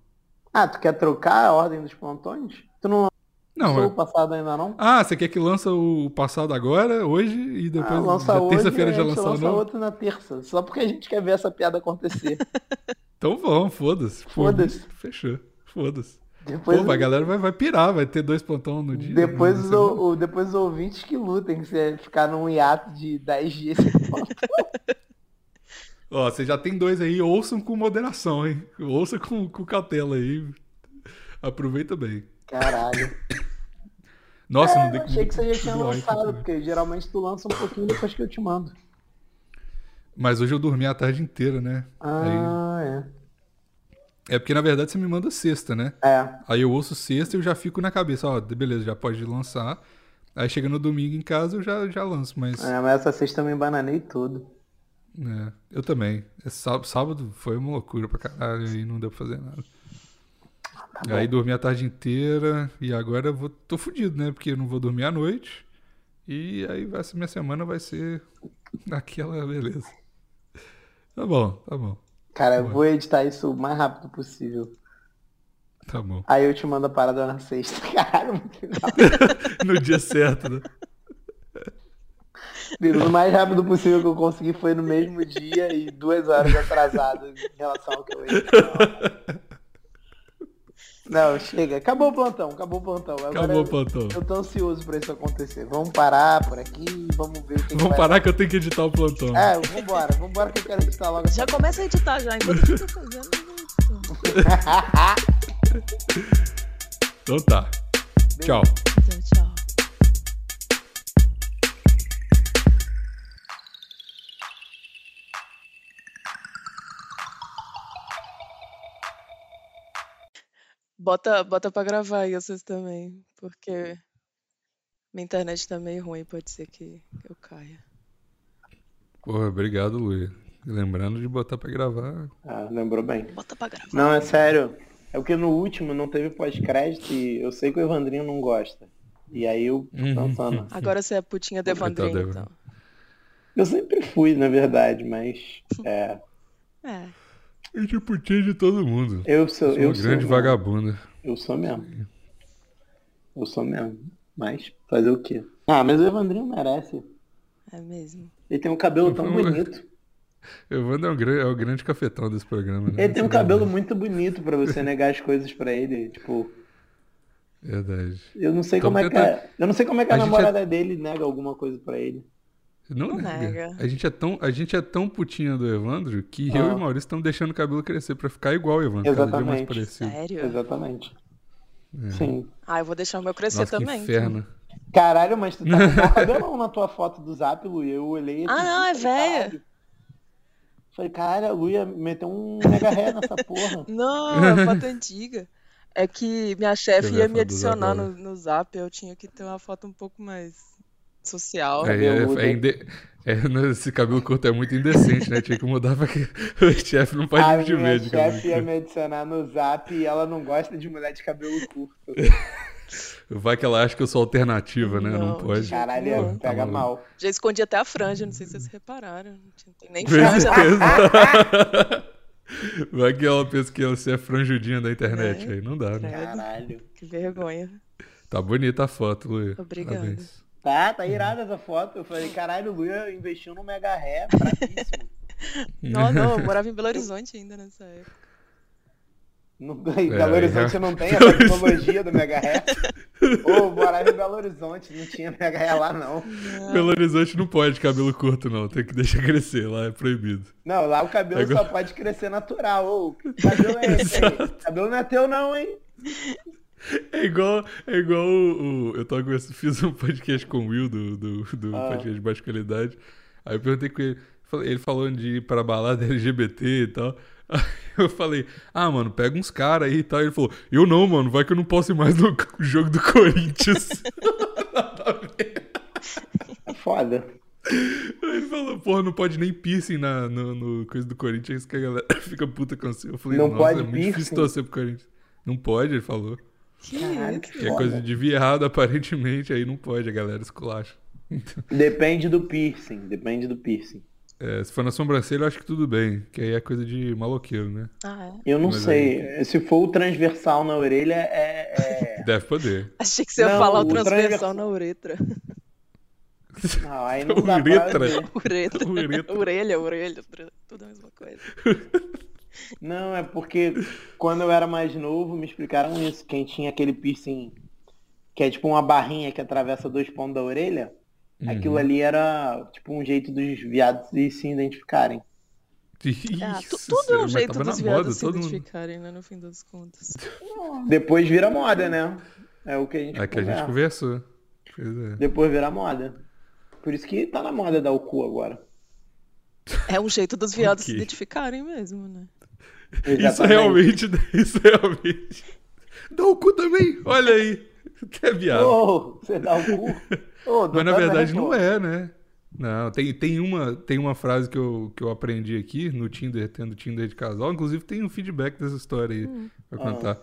[SPEAKER 1] Ah, tu quer trocar a ordem dos plantões? Tu não
[SPEAKER 3] Não,
[SPEAKER 1] lançou
[SPEAKER 3] é-
[SPEAKER 1] o passado ainda não?
[SPEAKER 3] Ah, você quer que lança o passado agora, hoje, e depois
[SPEAKER 1] ah, lança
[SPEAKER 3] na
[SPEAKER 1] hoje,
[SPEAKER 3] terça-feira
[SPEAKER 1] a
[SPEAKER 3] já
[SPEAKER 1] gente
[SPEAKER 3] lançar o
[SPEAKER 1] lança
[SPEAKER 3] novo?
[SPEAKER 1] outro na terça. Só porque a gente quer ver essa piada acontecer.
[SPEAKER 3] Então vamos, foda-se. Pô,
[SPEAKER 1] Foda-se.
[SPEAKER 3] Fechou. Foda-se.
[SPEAKER 1] Depois,
[SPEAKER 3] Pô, a galera vai, vai pirar, vai ter dois plantão no dia. né?
[SPEAKER 1] depois,
[SPEAKER 3] na
[SPEAKER 1] os,
[SPEAKER 3] semana.
[SPEAKER 1] o- depois os ouvintes que lutem, se é ficar num hiato de 10 dias.
[SPEAKER 3] Ó, você já tem dois aí, ouçam com moderação, hein? Ouça com, com cautela aí. Aproveita bem.
[SPEAKER 1] Caralho.
[SPEAKER 3] Nossa, não dei
[SPEAKER 1] Eu É,
[SPEAKER 3] né?
[SPEAKER 1] achei que você já tinha
[SPEAKER 3] Dói,
[SPEAKER 1] lançado,
[SPEAKER 3] cara.
[SPEAKER 1] porque geralmente tu lança um pouquinho depois que eu te mando.
[SPEAKER 3] Mas hoje eu dormi a tarde inteira, né?
[SPEAKER 1] Ah,
[SPEAKER 3] É porque, na verdade, você me manda sexta, né?
[SPEAKER 1] é. É.
[SPEAKER 3] Aí eu ouço sexta e eu já fico na cabeça, ó, beleza, já pode lançar. Aí chega no domingo em casa eu já, já lanço, mas.
[SPEAKER 1] É, mas essa sexta eu me bananei tudo.
[SPEAKER 3] é, eu também. É sá- sábado foi uma loucura pra caralho e não deu pra fazer nada.
[SPEAKER 1] Ah, tá
[SPEAKER 3] Aí dormi a tarde inteira e agora eu vou, tô fudido, né? Porque eu não vou dormir à noite. E aí vai ser- minha semana vai ser aquela beleza. Tá bom, tá bom,
[SPEAKER 1] Cara, eu vou editar isso o mais rápido possível.
[SPEAKER 3] tá bom.
[SPEAKER 1] Aí eu te mando a parada na sexta. Caralho, muito rápido.
[SPEAKER 3] No dia certo, né?
[SPEAKER 1] o mais rápido possível que eu consegui foi no mesmo dia e duas horas atrasado em relação ao que eu editei. Não, chega. Acabou o plantão, acabou o plantão. Agora
[SPEAKER 3] Acabou o
[SPEAKER 1] eu-
[SPEAKER 3] plantão.
[SPEAKER 1] Eu tô ansioso pra isso acontecer. Vamos parar por aqui, vamos ver o que,
[SPEAKER 3] Vamos
[SPEAKER 1] que vai
[SPEAKER 3] parar que eu tenho que editar o plantão.
[SPEAKER 1] É, vambora, vambora que eu quero editar logo.
[SPEAKER 2] Já começa a editar já, enquanto eu tô fazendo. né?
[SPEAKER 3] Então tá. Tchau.
[SPEAKER 2] Então, tchau. Bota, bota pra gravar aí vocês também, porque minha internet tá meio ruim, pode ser que eu caia.
[SPEAKER 3] Porra, obrigado, Luiz. Lembrando de botar pra gravar.
[SPEAKER 1] Ah, lembrou bem.
[SPEAKER 2] Bota pra gravar.
[SPEAKER 1] Não, é sério. É porque no último não teve pós-crédito e eu sei que o Evandrinho não gosta. E aí eu
[SPEAKER 3] Uhum.
[SPEAKER 1] fico pensando.
[SPEAKER 2] Agora você é putinha de
[SPEAKER 3] Coitado da
[SPEAKER 2] Evandrinho,
[SPEAKER 3] Evandrinho.
[SPEAKER 2] então.
[SPEAKER 1] Eu sempre fui, na verdade, mas é,
[SPEAKER 2] É.
[SPEAKER 3] E tipo, tinha de todo mundo.
[SPEAKER 1] eu sou,
[SPEAKER 3] Sou
[SPEAKER 1] eu
[SPEAKER 3] uma grande
[SPEAKER 1] sou, um mesmo.
[SPEAKER 3] vagabunda.
[SPEAKER 1] Eu sou mesmo. Eu sou mesmo. Mas fazer o quê? Ah, mas o Evandrinho merece.
[SPEAKER 2] É mesmo.
[SPEAKER 1] Ele tem um cabelo tão
[SPEAKER 3] Por favor.
[SPEAKER 1] bonito.
[SPEAKER 3] Evandro é o grande, é o grande cafetão desse programa, né?
[SPEAKER 1] Ele tem um
[SPEAKER 3] Isso é
[SPEAKER 1] cabelo muito bonito pra você negar as coisas pra ele. Tipo,
[SPEAKER 3] Verdade.
[SPEAKER 1] eu não sei
[SPEAKER 3] Então
[SPEAKER 1] como é que
[SPEAKER 3] tenta-
[SPEAKER 1] a, eu não sei como é que a,
[SPEAKER 3] A gente é-
[SPEAKER 1] namorada dele nega alguma coisa pra ele.
[SPEAKER 3] Não,
[SPEAKER 2] Não
[SPEAKER 3] nega.
[SPEAKER 2] nega.
[SPEAKER 3] A gente é tão, a gente é tão putinha do Evandro que
[SPEAKER 1] Ah.
[SPEAKER 3] eu e o Maurício estamos deixando o cabelo crescer pra ficar igual o Evandro, cada dia mais
[SPEAKER 1] Exatamente.
[SPEAKER 3] parecido.
[SPEAKER 2] Sério?
[SPEAKER 1] Exatamente.
[SPEAKER 3] É.
[SPEAKER 1] Sim.
[SPEAKER 2] Ah, eu vou deixar o meu crescer
[SPEAKER 3] Nossa, que
[SPEAKER 2] também.
[SPEAKER 3] inferno.
[SPEAKER 1] Caralho, mas tu tá com o cabelão na tua foto do Zap, Lu, eu olhei
[SPEAKER 2] Ah, não, é
[SPEAKER 1] velho.
[SPEAKER 2] véia.
[SPEAKER 1] Falei, cara, a Luia meteu um mega ré nessa porra.
[SPEAKER 2] Não, é foto antiga. É que minha chefe
[SPEAKER 3] Deixa eu ver a
[SPEAKER 2] ia
[SPEAKER 3] foto
[SPEAKER 2] me
[SPEAKER 3] do Zap
[SPEAKER 2] adicionar
[SPEAKER 3] agora.
[SPEAKER 2] no, no zap, eu tinha que ter uma foto um pouco mais social.
[SPEAKER 3] É, é-
[SPEAKER 1] Cabeludo.
[SPEAKER 3] é inde- é, né, esse cabelo curto é muito indecente, né? Tinha que mudar pra que o chefe não
[SPEAKER 1] a
[SPEAKER 3] pode me
[SPEAKER 1] minha
[SPEAKER 3] ver de cabelo
[SPEAKER 1] chefe é ia
[SPEAKER 3] curto.
[SPEAKER 1] me adicionar no Zap e ela não gosta de mulher de cabelo curto.
[SPEAKER 3] Vai que ela acha que eu sou alternativa, né? Não
[SPEAKER 2] Não,
[SPEAKER 3] pode.
[SPEAKER 1] Caralho,
[SPEAKER 2] Não,
[SPEAKER 3] Porra, tá
[SPEAKER 1] pega
[SPEAKER 3] maluco.
[SPEAKER 1] mal.
[SPEAKER 2] Já escondi até a franja, não sei se vocês repararam. Não tinha- tem nem
[SPEAKER 3] Com
[SPEAKER 2] franja na
[SPEAKER 3] certeza. Vai que ela pensa que você é franjudinha da internet.
[SPEAKER 2] Né?
[SPEAKER 3] Aí não dá, né?
[SPEAKER 1] Caralho.
[SPEAKER 2] Que vergonha.
[SPEAKER 3] Tá bonita a foto, Luia.
[SPEAKER 2] Obrigada.
[SPEAKER 3] Parabéns.
[SPEAKER 1] Tá, tá irada essa foto. Eu falei, caralho, Luia investiu no mega ré, bravíssimo.
[SPEAKER 2] Não, não, eu morava em Belo Horizonte ainda nessa época.
[SPEAKER 1] Não, em
[SPEAKER 3] É,
[SPEAKER 1] Belo
[SPEAKER 3] aí,
[SPEAKER 1] Horizonte
[SPEAKER 3] é.
[SPEAKER 1] não tem a tecnologia do mega ré. Ô, morava em Belo Horizonte, não tinha mega ré lá não.
[SPEAKER 3] Belo Horizonte não pode cabelo curto, não. Tem que deixar crescer, lá é proibido.
[SPEAKER 1] Não, lá o cabelo
[SPEAKER 3] É igual-
[SPEAKER 1] só pode crescer natural. Ô, que cabelo é esse aí? Cabelo não é teu não, hein?
[SPEAKER 3] É igual, é igual o, o- eu tava conversando, fiz um podcast com o Will do, do, do
[SPEAKER 1] Ah.
[SPEAKER 3] podcast de baixa qualidade. Aí eu perguntei com ele, falei- ele falando de ir pra balada LGBT e tal. Aí eu falei, ah, mano, pega uns caras aí e tal. Ele falou, eu não, mano, vai que eu não posso ir mais no co- jogo do Corinthians. Nada a ver.
[SPEAKER 1] É foda.
[SPEAKER 3] Aí ele falou, porra, não pode nem piercing na, no, no coisa do Corinthians, que a galera fica puta com você. Eu falei,
[SPEAKER 1] Não
[SPEAKER 3] nossa,
[SPEAKER 1] pode
[SPEAKER 3] é muito difícil
[SPEAKER 1] piercing?
[SPEAKER 3] torcer pro Corinthians. Não pode, ele falou.
[SPEAKER 2] Que
[SPEAKER 1] Caralho,
[SPEAKER 2] isso?
[SPEAKER 1] que
[SPEAKER 3] Que é
[SPEAKER 1] foda.
[SPEAKER 3] coisa de viado, aparentemente, aí não pode, a galera esculacha. Então,
[SPEAKER 1] Depende do piercing, depende do piercing.
[SPEAKER 3] é, se for na sobrancelha, eu acho que tudo bem, que aí é coisa de maloqueiro, né?
[SPEAKER 2] Ah, é?
[SPEAKER 1] Eu não
[SPEAKER 3] Mas
[SPEAKER 1] sei, eh, se for o transversal na orelha, é... é-
[SPEAKER 3] Deve poder.
[SPEAKER 2] Achei que você ia
[SPEAKER 1] Não,
[SPEAKER 2] falar o
[SPEAKER 1] o
[SPEAKER 2] transversal
[SPEAKER 1] transversal-
[SPEAKER 2] na uretra.
[SPEAKER 1] Não, aí não dá pra
[SPEAKER 3] Uretra.
[SPEAKER 1] ver.
[SPEAKER 2] Uretra.
[SPEAKER 3] Uretra.
[SPEAKER 2] Orelha, orelha, tra- tudo a mesma coisa.
[SPEAKER 1] Não, é porque quando eu era mais novo, me explicaram isso. Quem tinha aquele piercing, que é tipo uma barrinha que atravessa dois pontos da orelha,
[SPEAKER 3] Uhum.
[SPEAKER 1] aquilo ali era tipo um jeito dos viados de se identificarem.
[SPEAKER 2] Ah, tu-
[SPEAKER 3] Isso,
[SPEAKER 2] tudo é um
[SPEAKER 3] mas
[SPEAKER 2] jeito
[SPEAKER 3] tava
[SPEAKER 2] dos
[SPEAKER 3] na moda,
[SPEAKER 2] viados se
[SPEAKER 3] todo mundo-
[SPEAKER 2] identificarem, né, no fim das contas.
[SPEAKER 1] Depois vira moda, né? É o que a gente,
[SPEAKER 3] É que a gente
[SPEAKER 1] conversa.
[SPEAKER 3] conversou. Pois é.
[SPEAKER 1] Depois vira moda. Por isso que tá na moda dar o cu agora.
[SPEAKER 2] É um jeito dos viados se
[SPEAKER 3] Ok.
[SPEAKER 2] identificarem mesmo, né?
[SPEAKER 1] tá
[SPEAKER 3] Isso é realmente, isso realmente. Dá o cu também, olha aí. Até viado.
[SPEAKER 1] Ô, você dá o cu? Ô,
[SPEAKER 3] Mas na
[SPEAKER 1] doutor,
[SPEAKER 3] verdade
[SPEAKER 1] né,
[SPEAKER 3] não
[SPEAKER 1] pô?
[SPEAKER 3] é, né? Não, tem, tem, uma, tem uma frase que eu, que eu aprendi aqui no Tinder, tendo Tinder de casal. Inclusive tem um feedback dessa história aí
[SPEAKER 2] Hum.
[SPEAKER 3] pra
[SPEAKER 1] Ah.
[SPEAKER 3] contar.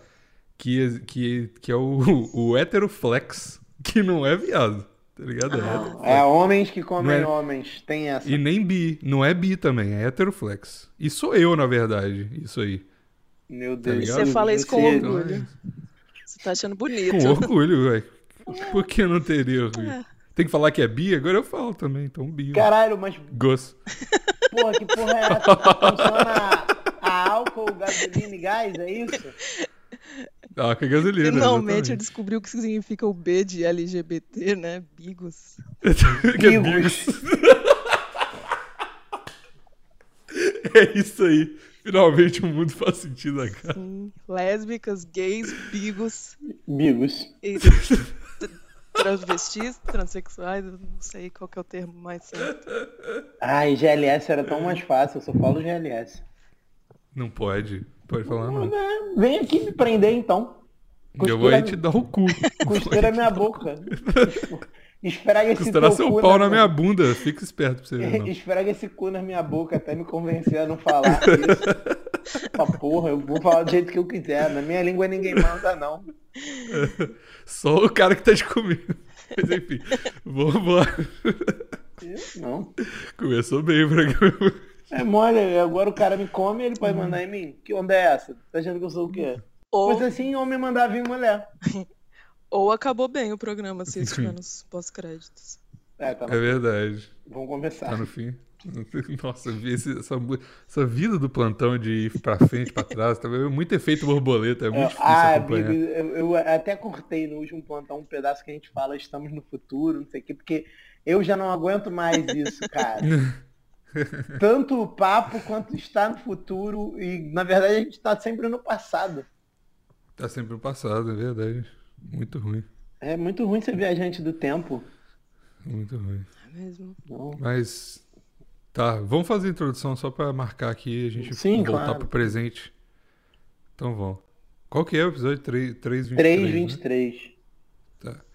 [SPEAKER 3] Que, que, que é o, o heteroflex, que não é viado, tá ligado? É
[SPEAKER 2] Ah.
[SPEAKER 3] hétero.
[SPEAKER 1] É homens que comem
[SPEAKER 3] Não é-
[SPEAKER 1] homens. Tem essa.
[SPEAKER 3] E nem bi, não é bi também, é heteroflex. E sou eu, na verdade, isso aí.
[SPEAKER 1] Meu
[SPEAKER 3] Tá
[SPEAKER 1] Deus.
[SPEAKER 3] ligado?
[SPEAKER 2] Você fala isso com
[SPEAKER 1] Você-
[SPEAKER 3] Então,
[SPEAKER 2] orgulho.
[SPEAKER 3] é-
[SPEAKER 2] Você tá achando bonito.
[SPEAKER 3] com orgulho, velho. Por que não teria orgulho?
[SPEAKER 2] É.
[SPEAKER 3] Tem que falar que é bi, agora eu falo também, então bi.
[SPEAKER 1] Caralho, mas
[SPEAKER 3] Gosto.
[SPEAKER 1] porra, que porra é essa? Funciona a álcool, gasolina e gás, é isso?
[SPEAKER 3] Ah, que gasolina.
[SPEAKER 2] Finalmente
[SPEAKER 3] exatamente.
[SPEAKER 2] eu descobri o que significa o B de LGBT, né? Bigos.
[SPEAKER 3] Que é
[SPEAKER 1] Bigos.
[SPEAKER 3] bigos. É isso aí. Finalmente o mundo faz sentido né, agora.
[SPEAKER 2] Sim. Lésbicas, gays, bigos
[SPEAKER 1] Bigos.
[SPEAKER 2] e tr- transvestis, transexuais, eu não sei qual que é o termo mais certo.
[SPEAKER 1] Ai, GLS era tão mais fácil, eu só falo GLS.
[SPEAKER 3] Não pode. Pode falar não.
[SPEAKER 1] É, Vem aqui me prender então.
[SPEAKER 3] Eu vou aí
[SPEAKER 1] Costura-
[SPEAKER 3] te dar o cu.
[SPEAKER 1] Costura minha boca. Esfrega esse
[SPEAKER 3] Costurar
[SPEAKER 1] teu
[SPEAKER 3] seu
[SPEAKER 1] cu
[SPEAKER 3] pau na minha bunda. Fica esperto pra você ver, não.
[SPEAKER 1] Esfrega esse cu na minha boca até me convencer a não falar isso. Essa porra, eu vou falar do jeito que eu quiser. Na minha língua ninguém manda, não.
[SPEAKER 3] Só o cara que tá te comendo. Mas enfim, vambora.
[SPEAKER 1] Não.
[SPEAKER 3] Começou bem o programa.
[SPEAKER 1] É mole, agora o cara me come e ele pode mandar em mim. Que onda é essa? Tá achando que eu sou o quê?
[SPEAKER 2] Ou,
[SPEAKER 1] Mas assim, homem mandar vir mulher.
[SPEAKER 2] ou acabou bem o programa se estiver nos pós-créditos.
[SPEAKER 1] É, tá,
[SPEAKER 3] É verdade.
[SPEAKER 1] vamos começar.
[SPEAKER 3] Tá no fim. Nossa, vi esse- essa, mu- essa vida do plantão de ir pra frente, pra trás, tá? é muito efeito borboleta, é muito
[SPEAKER 1] É,
[SPEAKER 3] difícil
[SPEAKER 1] ah,
[SPEAKER 3] acompanhar.
[SPEAKER 1] Bibi, eu, eu até cortei no último plantão um pedaço que a gente fala estamos no futuro, não sei o quê, porque eu já não aguento mais isso, cara. Tanto o papo quanto está no futuro e, na verdade, a gente está sempre no passado.
[SPEAKER 3] Tá sempre no passado, é verdade. Muito ruim,
[SPEAKER 1] É muito ruim ser viajante do tempo.
[SPEAKER 3] muito ruim.
[SPEAKER 2] Não é mesmo?
[SPEAKER 1] Não.
[SPEAKER 3] Mas tá, vamos fazer a introdução só pra marcar aqui e a gente
[SPEAKER 1] Sim,
[SPEAKER 3] voltar
[SPEAKER 1] claro.
[SPEAKER 3] pro presente. Então vamos. Qual que é o episódio 3, 323?
[SPEAKER 1] 3,23.
[SPEAKER 3] Tá.